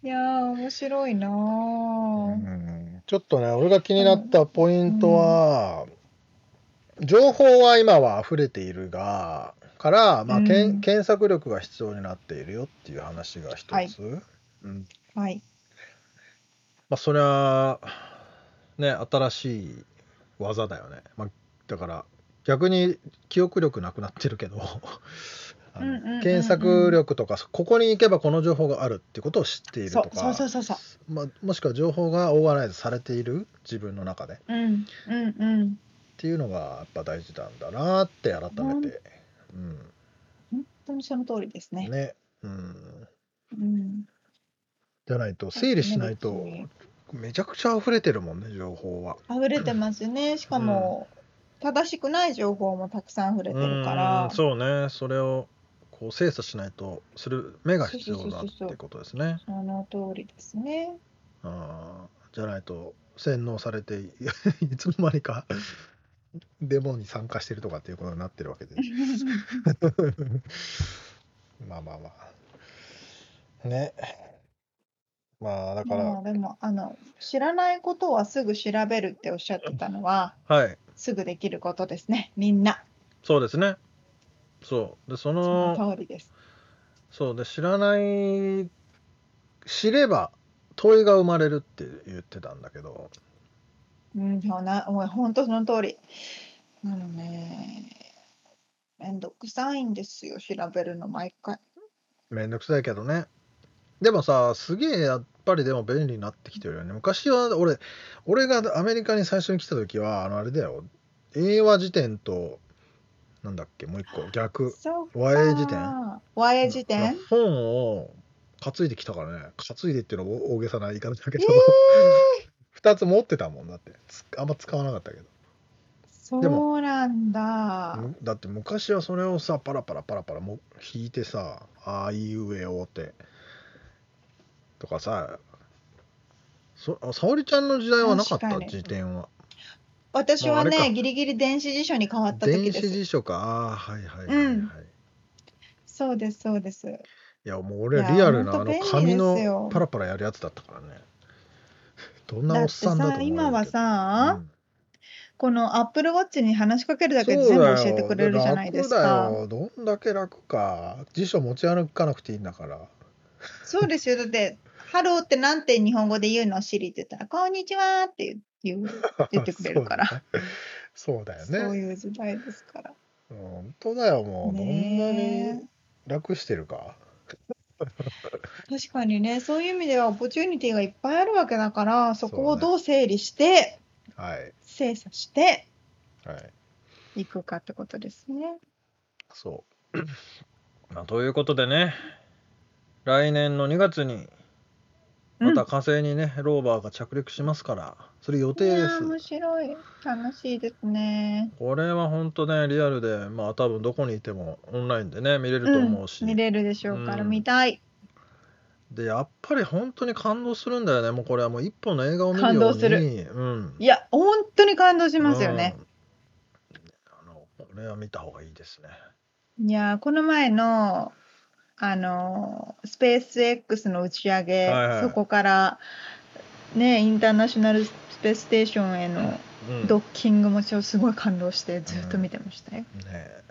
いやー面白いなー。
うんちょっとね俺が気になったポイントは、情報は今は溢れているがから、まあけ
う
ん
ん
検索力が必要になっているよっていう話が一つ、
はい
うん
はい。
まあ、それはね新しい技だよね、まあ、だから逆に記憶力なくなってるけど あの
うんうんうんうん
検索力とかここに行けばこの情報があるってことを知っている
そ
と
うそう
か
そうそうそう。
まあ、もしくは情報がオーガナイズされている自分の中でっ
うんうんうん。
ていうのがやっぱ大事なんだなって改めて、
本当にその通りです
う
ね
ん、。ね、うん、
うん。
じゃないと整理しないとめちゃくちゃ溢れてるもんね情報は。
溢れてますね。しかも、正しくない情報もたくさん溢れてるから
うん。そうねそれをこう精査しないとする目が必要だ
そうそうそ
っ
うそう
てことですね。
その通りですね。
あーじゃないと洗脳されて いいつの間にかデモに参加してるとかっていうことになってるわけで。まあまあまあ。ね。まあ だから、
まあでもあの知らないことはすぐ調べるっておっしゃってたのは
はい、
すぐできることですね。みんな
そうですね。そう。で、そ
そ
の、
の通りです。
そうで、知らない、知れば問いが生まれるって言ってたんだけど、
うん、そうな、もう本当その通り。あのね、めんどくさいんですよ、調べるの毎回。
めんどくさいけどね。でもさ、すげえやっぱりでも便利になってきてるよね。昔は俺、俺がアメリカに最初に来た時は、あのあれだよ、英和辞典と、なんだっけ、もう一個、逆。
そうか。
和英辞典
和英辞典
本を担いできたからね担いでっていうのも大げさな言い方だけ
え
ど、二2つ持ってたもんだってつあんま使わなかったけど
そ
でも
うなんだ。
むだって昔はそれをさパラパラパラパラも引いてさ「あいうえお」ってとかさそあ沙織ちゃんの時代はなかっ
確
た
かに
辞典は
私は
もうあれ
ね、
か
ギリギリ電子辞書に変わった時
電
で
子
す。
辞書かああはいはいはいはい、
うん
い
そうです、そうです。
やもう俺
いや
リアルなあ
ほんと
の
便利ですよ
紙のパラパラやるやつだったから ねどんな
だ
お
っ
ってさんだと思わ
さ、
れるけど
今はさ
う、ん
このアップルウォッチに話しかけるだけで
そ
全
う
部
だよ
教えてくれるじゃないです
楽だ
か。
よどんだけ楽か辞書持ち歩かなくていいんだから
そうですよ。だって、ハローってなんて日本語で言うのを知りって言ったら、こんにちはって言う言ってくれるから
そうだよね
そう
そうだよね
いう時代ですから。
本当だよもう、どんな
ね
に楽してるか
え確かにね、そういう意味ではオポチュニティがいっぱいあるわけだから、そこ
そう
を
ね
どう整理して、
はい
精査して
はい
いくかってことですね。
そうまあということでね来年の2月にまた火星にね、ローバーが着陸しますからそれ予
うん、い
定で
やー面
す
白い。楽しいですね。
これは本当ねリアルでまあ多分どこにいてもオンラインでね見れると思うし、
うん、見れるでしょうから、
うん
見たい。
でやっぱり本当に感動するんだよねもうこれはもう一本の映画を見るよう
感
に
動する
うん、
いや、本当に感動しますよね。
うんあのこれは見た方がいいですね。
いやーこの前のあのースペース X の打ち上げ、
はいはい
そこからねインターナショナルスペースステーションへの
うん
ドッキングもちろんすごい感動してずっと見てましたよ。
ねえ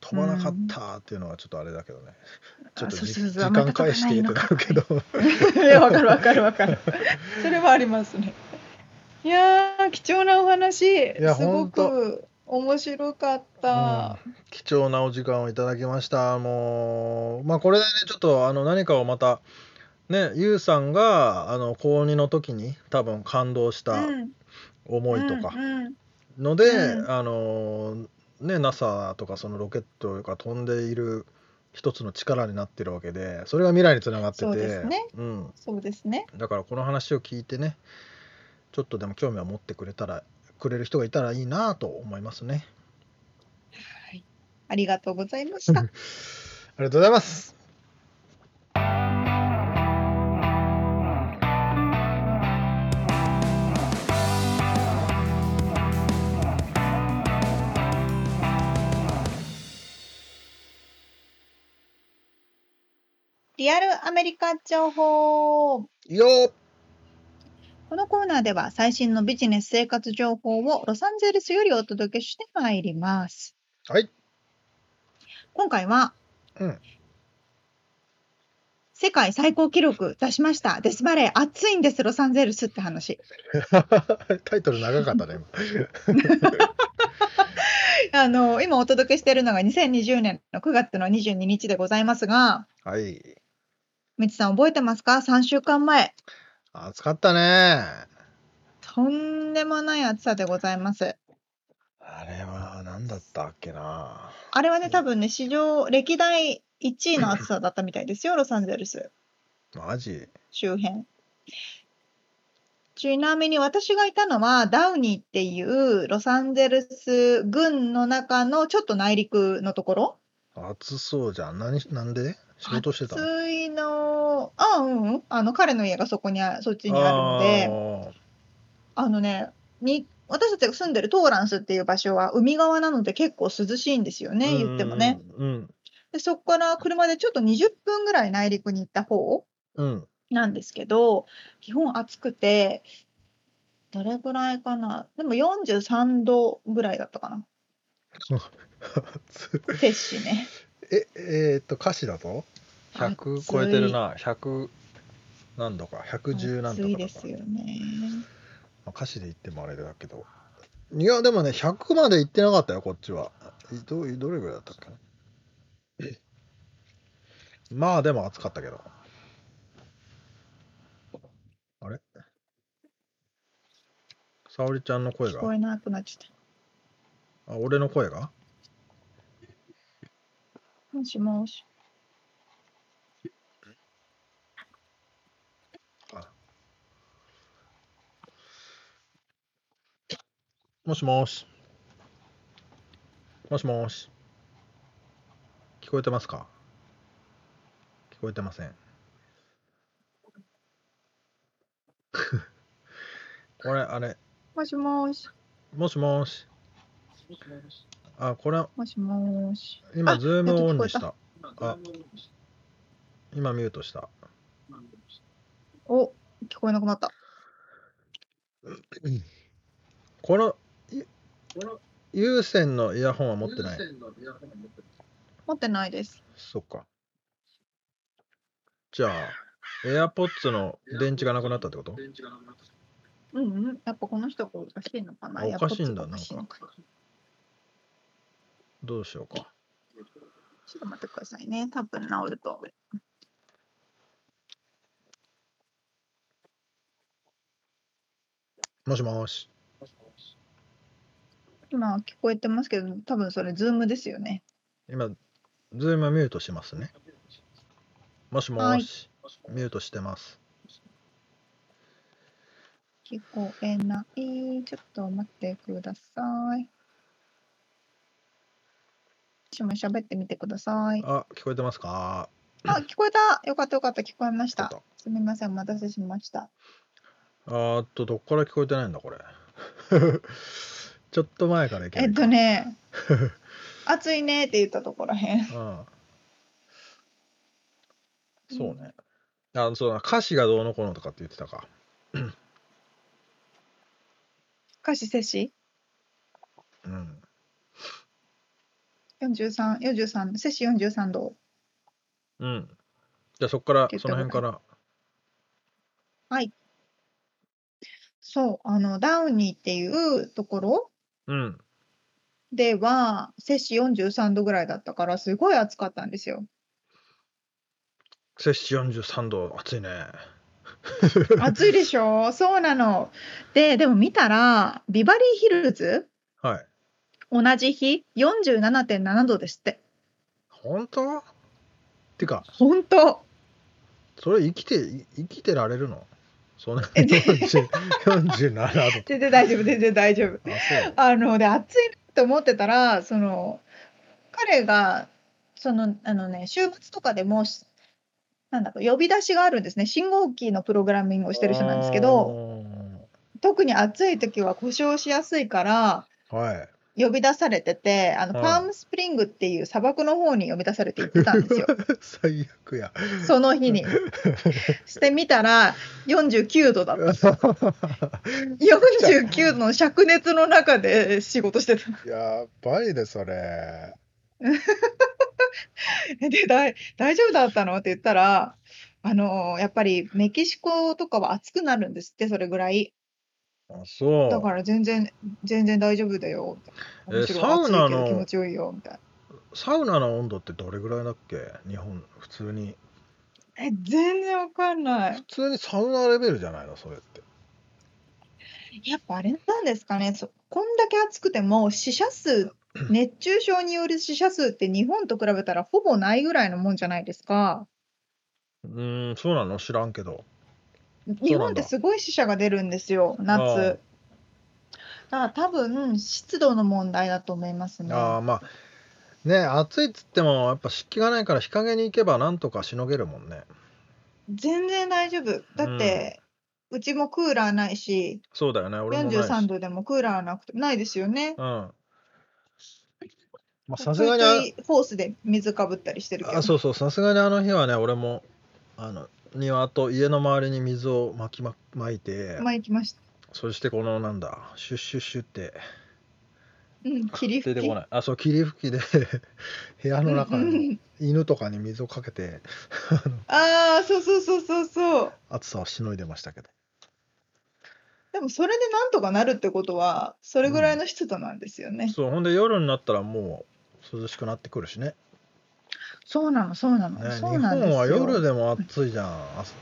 飛ばなかったっていうのはちょっとあれだけどね、ちょっと
そう
じ
そう
時
そう
間返してってなるけど、
いやわかるわかるわか る。それはありますね。いやー貴重なお話
や
すご
ほ
く面白かった。
うん貴重なお時間をいただきましたもうまあこれでねちょっとあの何かをまたねゆうさんがあの高2の時に多分感動した
うん
思いとか
うんうん
ので、
うん
あのね NASA とかそのロケットが飛んでいる一つの力になってるわけでそれが未来につながってて
そうですね
うん、
そうですね。
だからこの話を聞いてねちょっとでも興味を持ってくれたらくれる人がいたらいいなと思いますね
ありがとうございま した。
ありがとうございます
リアルアメリカ情報
いいよ
このコーナーでは最新のビジネス生活情報をロサンゼルスよりお届けしてまいります。
はい。
今回は、
うん
世界最高記録出しました。デスバレー暑いんです、ロサンゼルスって話。
タイトル長かったね。
あの、今お届けしているのが2020年の9月の22日でございますが、
今はい。
みつさん覚えてますか ?3 週間前。
暑かったね。
とんでもない暑さでございます。
あれは何だったっけな。
あれはね、多分ね、史上歴代1位の暑さだったみたいですよ、ロサンゼルス
マジ。
周辺。ちなみに私がいたのはダウニーっていうロサンゼルス郡の中のちょっと内陸のところ
暑そうじゃん。何なんで仕事してたの
暑いのあうんうんあの彼の家がそこにあそっちにあるの
あ
で
ー
あのねに私たちが住んでるトーランスっていう場所は海側なので結構涼しいんですよね言ってもね。
うん
でそこから車でちょっと20分ぐらい内陸に行った方
うん。うん。
なんですけど、基本暑くて、どれぐらいかな、でも43度ぐらいだった かな、
暑い
摂氏ね。
ええーっと歌詞だぞ。100超えてるな。100何度か。110何度かだから。
暑いですよね。
まあ歌詞で言ってもあれだけど。いやでもね100まで行ってなかったよこっちは。いどうどれぐらいだったっけなえまあでも暑かったけど。あれ沙織ちゃんの声
聞
が
こえなくなっちゃっ
あ俺の声が
た。もしもし。
もしもし。もしもし。聞こえてますか聞こえてません。 これ、あれ、
もしもし。
もしもし。あ、これ、
もしもし。
今、
あ
ズームをオンにし
や
た。あ、今、ミュートした。
お、聞こえなくなった。
この、い有線のイヤホンは持ってない。
持ってないです。
そっか。じゃあ、AirPods の電池がなくなったってこと
うんうん。やっぱこの人がおかしいのかな。
あおかしいんだ
やっぱこっちがおかしいのかな
どうしようか。
ちょっと待ってくださいね。多分治ると思う。
もしもし。
今聞こえてますけど、多分それズームですよね。
今、ズームミュートしますね。もしも
はい
し。ミュートしてます。
聞こえない。ちょっと待ってください。私も喋ってみてください。
あ、聞こえてますか
あ、聞こえた。よかったよかった。聞こえまし
聞こ
た。すみません。お待たせしました。
えたあーっと、どっから聞こえてないんだ、これ。 ちょっと前からいけ
え
な
っ
いか
と ね、暑いねって言ったところらへん。
うん。そうね。あそうだ歌詞がどうのこうのとかって言ってたか。
歌詞摂氏
うん。
43、43、摂氏43度。
うん。じゃあそこから、
結
そ
局
の
ね
辺から。
そう、あの、ダウニーっていうところ
うん。
では、摂氏43度ぐらいだったから、すごい暑かったんですよ。
摂氏43度、暑いね。
暑いでしょそうなの。で、でも見たら、ビバリーヒルズ、
はい。
同じ日、47.7度ですって。
本当てか、
本当
それ生きて、い生きてられるのそんな40 47度。あ、
全然大丈夫、全然大丈夫。
そう。
あので暑いなって思ってたらその彼がそのあのね週末とかでもしなんだろう呼び出しがあるんですね信号機のプログラミングをしてる人なんですけど特に暑い時は故障しやすいから
あー。はい。
呼び出されててあの
うん
パームスプリングっていう砂漠の方に呼び出されて行ってたんですよ
最悪や。
その日に。してみたら49度だった49度の灼熱の中で仕事してた。
やばいね、それ。
で大大丈夫だったのって言ったら、あのーやっぱりメキシコとかは暑くなるんですって、それぐらい。
あ、そう。
だから全然、全然大丈夫だよ。
え
むしろ
サウ
暑い
ナ
けど
の
気持ちよいよ、みたい
サウナの温度ってどれぐらいだっけ日本、普通に。
な。え、全然わかんない
普。通にサウナレベルじゃないの、それって。
やっぱあれなんですかね、そこんだけ暑くても死者 数、熱中症による死者数って日本と比べたらほぼないぐらいのもんじゃないですか。
うーん、そうなの知らんけど。
日本ってすごい死者が出るんですよ、夏。だから多分湿度の問題だと思いますね。
ああ、まあ、ね、暑いっつっても、やっぱ湿気がないから日陰に行けばなんとかしのげるもんね。
全然大丈夫。だって、うちもクーラーないし、
そうだよね、俺もないし。
43度でもクーラーなくて、ないですよね
うん。。まあ、
ちょ
さ
い
すがに
ちょいホースで水かぶったりしてるけ
あ、
ど。
あそうそう、さすがにあの日はね、俺も、あの、庭と家の周りに水をまきま、まいて、
前行きました。
そしてこの、なんだ、シュッシュッシュって、
うん、霧吹
出て
き
こ。ない。あ、そう、霧吹きで、 部屋の中
うんう
に
ん
犬とかに水をかけて、
ああ、そうそうそうそうそう。
暑さをしのいでましたけど。
でもそれでなんとかなるってことは、それぐらいの湿度なんですよね。
そう、ほんで夜になったらもう涼しくなってくるしね。
そうなの、そうなの、
ね日
そうなんです
本
よ。
は夜でも暑いじゃん。朝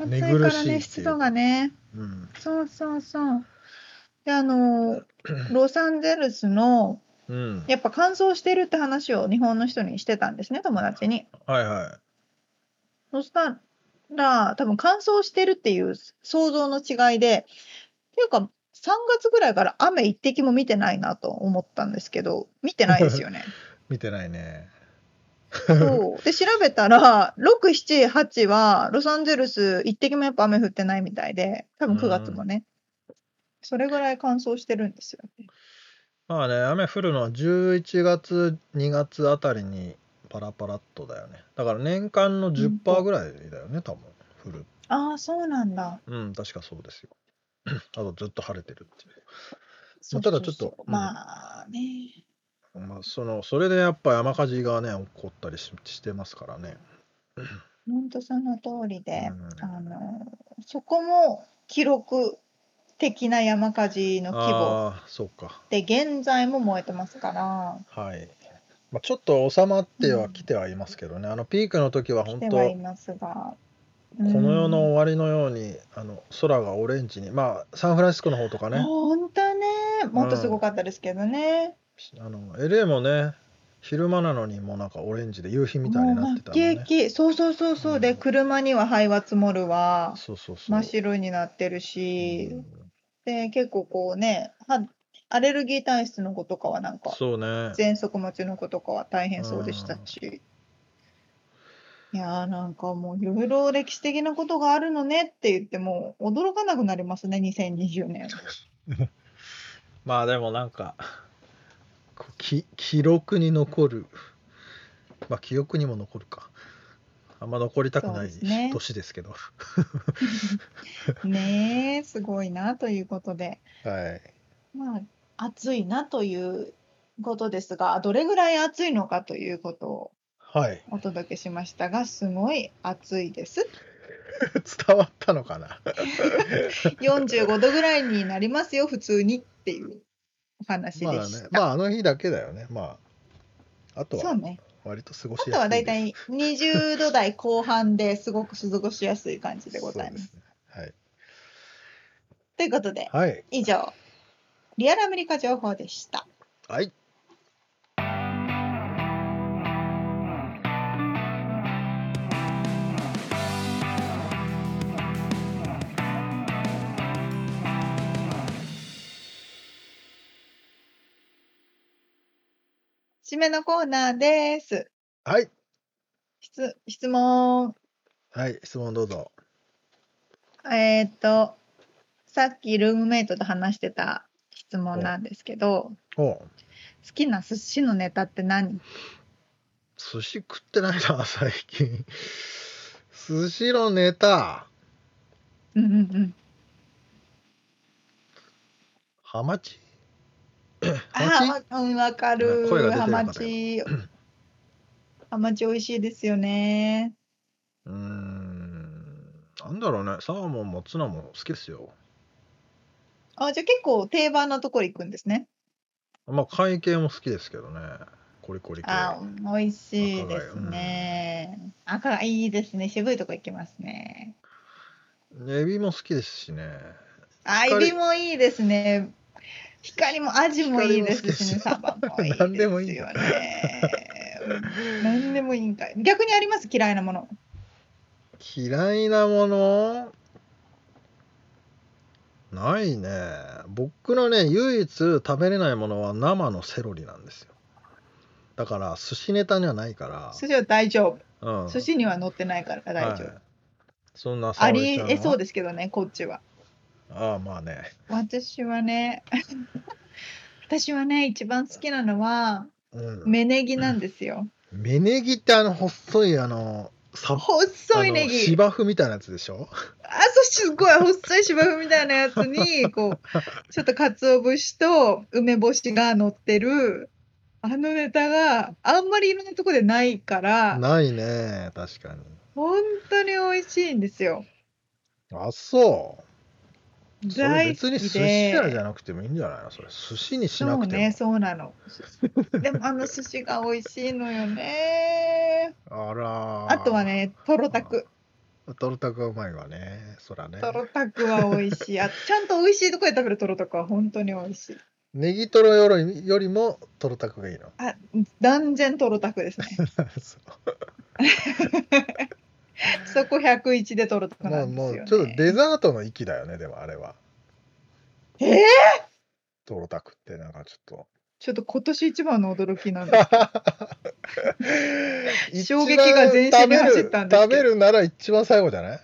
あの
暑い
寝
か
苦
ら
しい
ね、
って
湿
いう
度がね。
うん。
そうそうそう。で、あ の、ロサンゼルスの、
うん。
やっぱ乾燥してるって話を日本の人にしてたんですね、友達に。
はいは
そしたら、多分乾燥してるっていう想像の違いで、っていうか、3月ぐらいから雨一滴も見てないなと思ったんですけど、見てないですよね。
い。見てないね。
そう。で、調べたら、6、7、8は、ロサンゼルス一滴もやっぱ雨降ってないみたいで、多分9月もね。それぐらい乾燥してるんですよね。
まあね、雨降るのは11月、2月あたりにパラパラっとだよね。だから年間の10%ぐらいだよね、多分。降る。
ああ、そうなんだ。
うん、確かそうですよ。 あとずっと晴れてるっていう。
そう
ただちょっと
そうそう
うん
まあね。
まあ、そのそれでやっぱ山火事がね起こったりししてますからね。
本当その通りで、
うん
あのそこも記録的な山火事の規模
ああそうか
で現在も燃えてますから
はい、まあ、ちょっと収まっては来てはいますけどね、あのピークの時は本
で
当
はい
こ
ますが、
の世の
うん
終わりのようにあの空がオレンジにまあサンフランシスコの方とかね
本当ねもっとすごかったですけどね、
あの LA もね昼間なのにもうなんかオレンジで夕日みたい
もう
になっ
真
て
った
の
黄
ね。
々そうそうそうそう、
う
で
ん
車には灰は積もるわ
そうそうそう。
真っ白になってるし、で結構こうねはアレルギー体質の子とかはなん
うん
か
そうね。
喘息持ちの子とかは大変そうでしたし、いやーなんかもういろいろ歴史的なことがあるのねって言ってもう驚かなくなりますね2020年
まあでもなんかこうき記録に残るまあ記憶にも残るかあんま残りたくない
そうですね
年ですけど
ねえすごいなということで
はい
まあ暑いなということですがどれぐらい暑いのかということを
はい
お届けしましたがすごい暑いです
伝わったのかな
45度ぐらいになりますよ普通にっていうお話で
まあ
し
ね
た、
まああの日だけだよねまああと
そう
は
ね
割と過ご
あ
しやすい
とはだいた
い
い20度台後半ですごく過ごしやすい感じでございます。
はい
ということで
はい
以上リアルアメリカ情報でした。
はい
締めのコーナーです。
はい、
質質問
はい、質問どうぞ
えーっとさっきルームメイトと話してた質問なんですけど
おう
好きな寿司のネタって何
寿司食ってないな 最近寿司のネタ
うんうんうん
ハマチ
あわうんわかる
声が出てなか
ハ
ったよ
マチハマチ美味しいですよね
うーんなんだろうねサーモンもツナも好きですよ
あじゃあ結構定番のところ行くんですね
まあ会計も好きですけどねコリコリ系
あ美味しいですね赤がいいですね渋いとこ行きますね
エビも好きですしね
あエ
光
ビもいいですね光もアジもいいですしねサバもいいですよね
何でもいいんだ
うん何でもいいんかい逆にあります嫌いなもの
嫌いなものないね僕のね唯一食べれないものは生のセロリなんですよだから寿司ネタにはないか
寿司は大丈夫
ら、うん、
寿司には載ってないから大丈夫、
はい、そんな
ありえそう
で
ですけどねこっちは
ああまあね
私は ね私はね一番好きなのは
うん
芽ネギなんですよ
芽ネギってあの細いあのさ
細いネ
あの
ギ
芝生みたいなやつでしょ
あそうすごい細い芝生みたいなやつ にこうちょっと鰹節と梅干しが乗ってるあのネタがあんまりいろんなとこでないから
ないね確かに
本当に美味しいんですよ
あそうそれ
大
別に
好
寿
き
司屋じ
で
ゃなくてもいいんじゃないのそれ寿司にし
そ
な
う
くても、
ねそうな のでもあの寿司が美味しいのよね
あらー
あとはねトロタク
トロタクはうまいわねそらね
トロタクは美味しいあちゃんと美味しいとこで食べるトロタクは本当に美味しい
ネギトロよりよりもトロタクが いいの
あ断然トロタクですね
そう
そこ101で取るとこ
も
な
うん
で
も
す
う
よ、ね。
ちょっとデザートの域だよねでもあれは
えー
トロタクってなんかちょっ と
ちょっと今年一番の驚きなん です。
衝
衝撃が全身に走ったんですけど
食べる食べるなら一番最後じゃない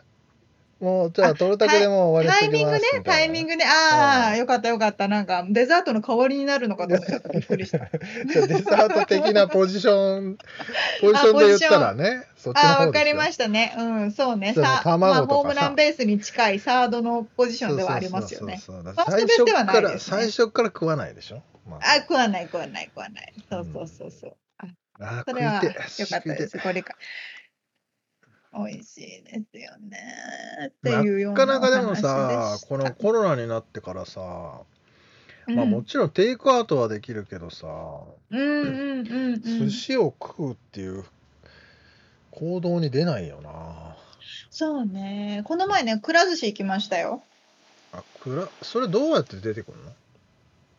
もうじゃあ
あ
トロタクでもう終わ
タ
り
イ
にし
ミ
と
ング
きま
ね
すみ、た
タ
い
イ
な
ミン
ね
グね。あ
は
あ、
い
よかったよかった。なんか、デザートの代わりになるのかと思った。びっくり した。
じゃあデザート的なポジシ ョンポジションで言ったらねそっちの
ああ、わ
方
か
です
り
よ
ましたね。うん、そうね。
でも
さあ、
卵
ま
と
あ、
かさ
ホームランベースに近いサードのポジションではありますよね。
そうそうそうそう
ファーストベースではないですね
最初から最初から食わないでしょ、ま
あ、食わない食わない食わない。そうそうそうそう。あ
あー
それは良
食いて
か
え
ったで
食
す。ご理解。美味しいですよね。って
いて
いうよ
え
うな
なか
お話
なか
で
でもさ
した
この、コロナになってからさ、
うん
まあもちろんテイクアウトはできるけどさ、
うんうんうんうん、
寿司を食うっていう行動に出ないよな
そうねこの前ねくら寿司行きましたよ
あくらそれどうやって出てくるの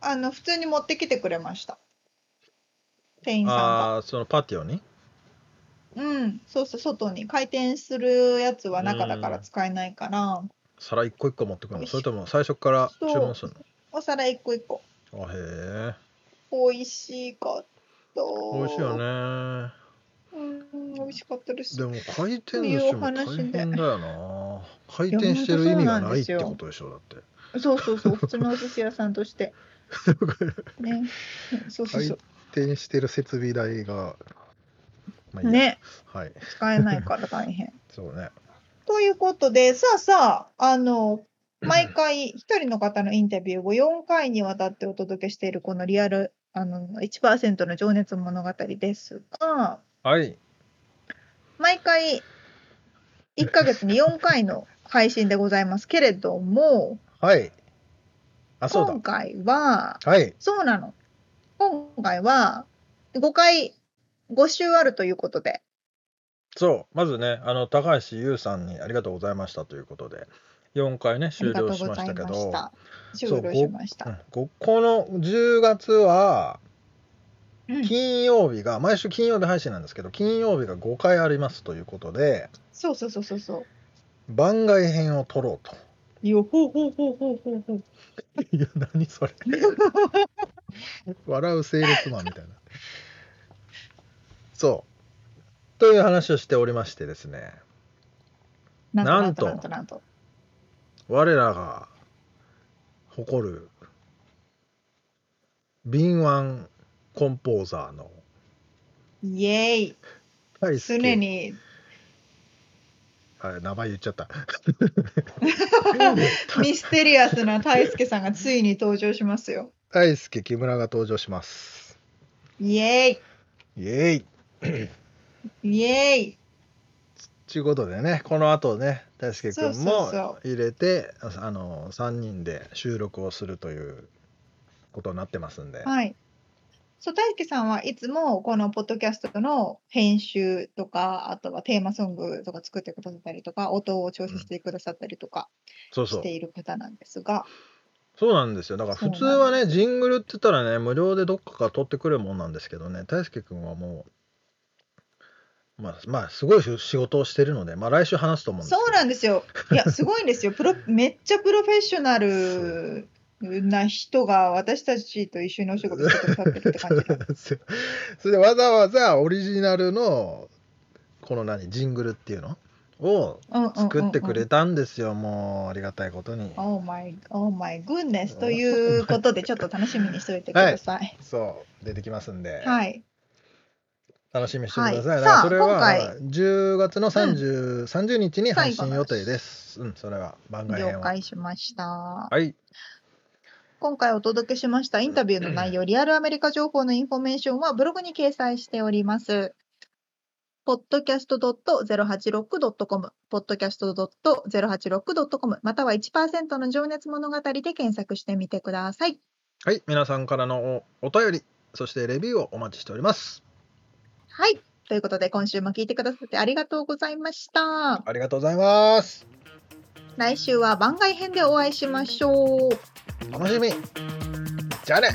あの普通に持ってきてくれました店員さんが
ああーそのパティオに
うんそうそう外に回転するやつは中だから使えないから
皿一個一個持ってくるのそれとも最初から注文する
お皿一個一個
のあへえ
美味しかった
美味しいよね
うん美味しかったです
でも回転寿司も大変だよな回転してる意味がないってことでしょだって
そうそうそう普通のお寿司屋さんとしてね。そうそうそう。
回転してる設備代が、まあいいや。
ね、
はい。
使えないから大変。
そうね。
ということで、さあさあ、あの、毎回一人の方のインタビューを4回にわたってお届けしているこのリアルあの1%の情熱物語ですが、
はい。
毎回1ヶ月に4回の配信でございますけれども、
はい。あ、そう
今
だ。
回は、
はい。
そうなの。今回は5回、5週あるということで、
そう、まずね、あの高橋優さんにありがとうございましたということで、4回ね、
あ
終
りがと
了
う
し
ご
ま
ざ
した
い
け
ま
ど、
した。終
そう
了しました。
うんここの10月は、
うん
金曜日が、毎週金曜日配信なんですけど、金曜日が5回ありますということで、
そうそうそうそうそう。
番外編を撮ろうと。
よほうほうほうほうほうほう。
いや、何 それ。笑うセールスマンみたいな。そう。という話をしておりましてですね、
なんと
な
なんん
と
となんと。
我らが誇る敏腕コンポーザーの
イエーイ。
大輔
常に
あれ名前言っちゃった
ミステリアスな大輔さんがついに登場しますよ。
大輔木村が登場します
イエ
イエ
ー
ーイ
イ。イエーイ。
ちゅうことでねこの後ね大輔君
そうそう
も
そ
入れてああの3人で収録をするということになってますんで、
はい。そう大輔さんはいつもこのポッドキャストの編集とかあとはテーマソングとか作ってくださったりとか音を調整してくださったりとか
そうそ
し
う
ている方なんですが、
そうなんですよだから普通はねジングルって言ったらね無料でどっかから取ってくるもんなんですけどね大輔君はもうまあまあすごい仕事をしてるのでまあ来週話すと思うんですけど
そうなんですよ。いや、すごいんですよ。プロめっちゃプロフェッショナルな人が私たちと一緒にお仕事してくださってるって感じ
そうなんですよ それでわざわざオリジナルのこの何ジングルっていうのを
うんうんうんうん。
作ってくれたんですよ、もうありがたいことに
Oh my, oh my goodness ということで、ちょっと楽しみにしておいてください。
そう出てきますんで、
はい。
楽しみにしてください、
はい
だから
さあ
それは
今回
まあ10月の 30,、30日に配信予定ですうんそれは番外編
了
を
解しました。
はい
今回お届けしましたインタビューの内容、リアルアメリカ情報のインフォメーションはブログに掲載しております。podcast.086.com、podcast.086.com、または1%の情熱物語で検索してみてください。
はい、皆さんからのおお便り、そしてレビューをお待ちしております。
はい。ということで、今週も聞いてくださってありがとうございました。
ありがとうございます。
来週は番外編でお会いしましょう。
楽しみ。じゃあね。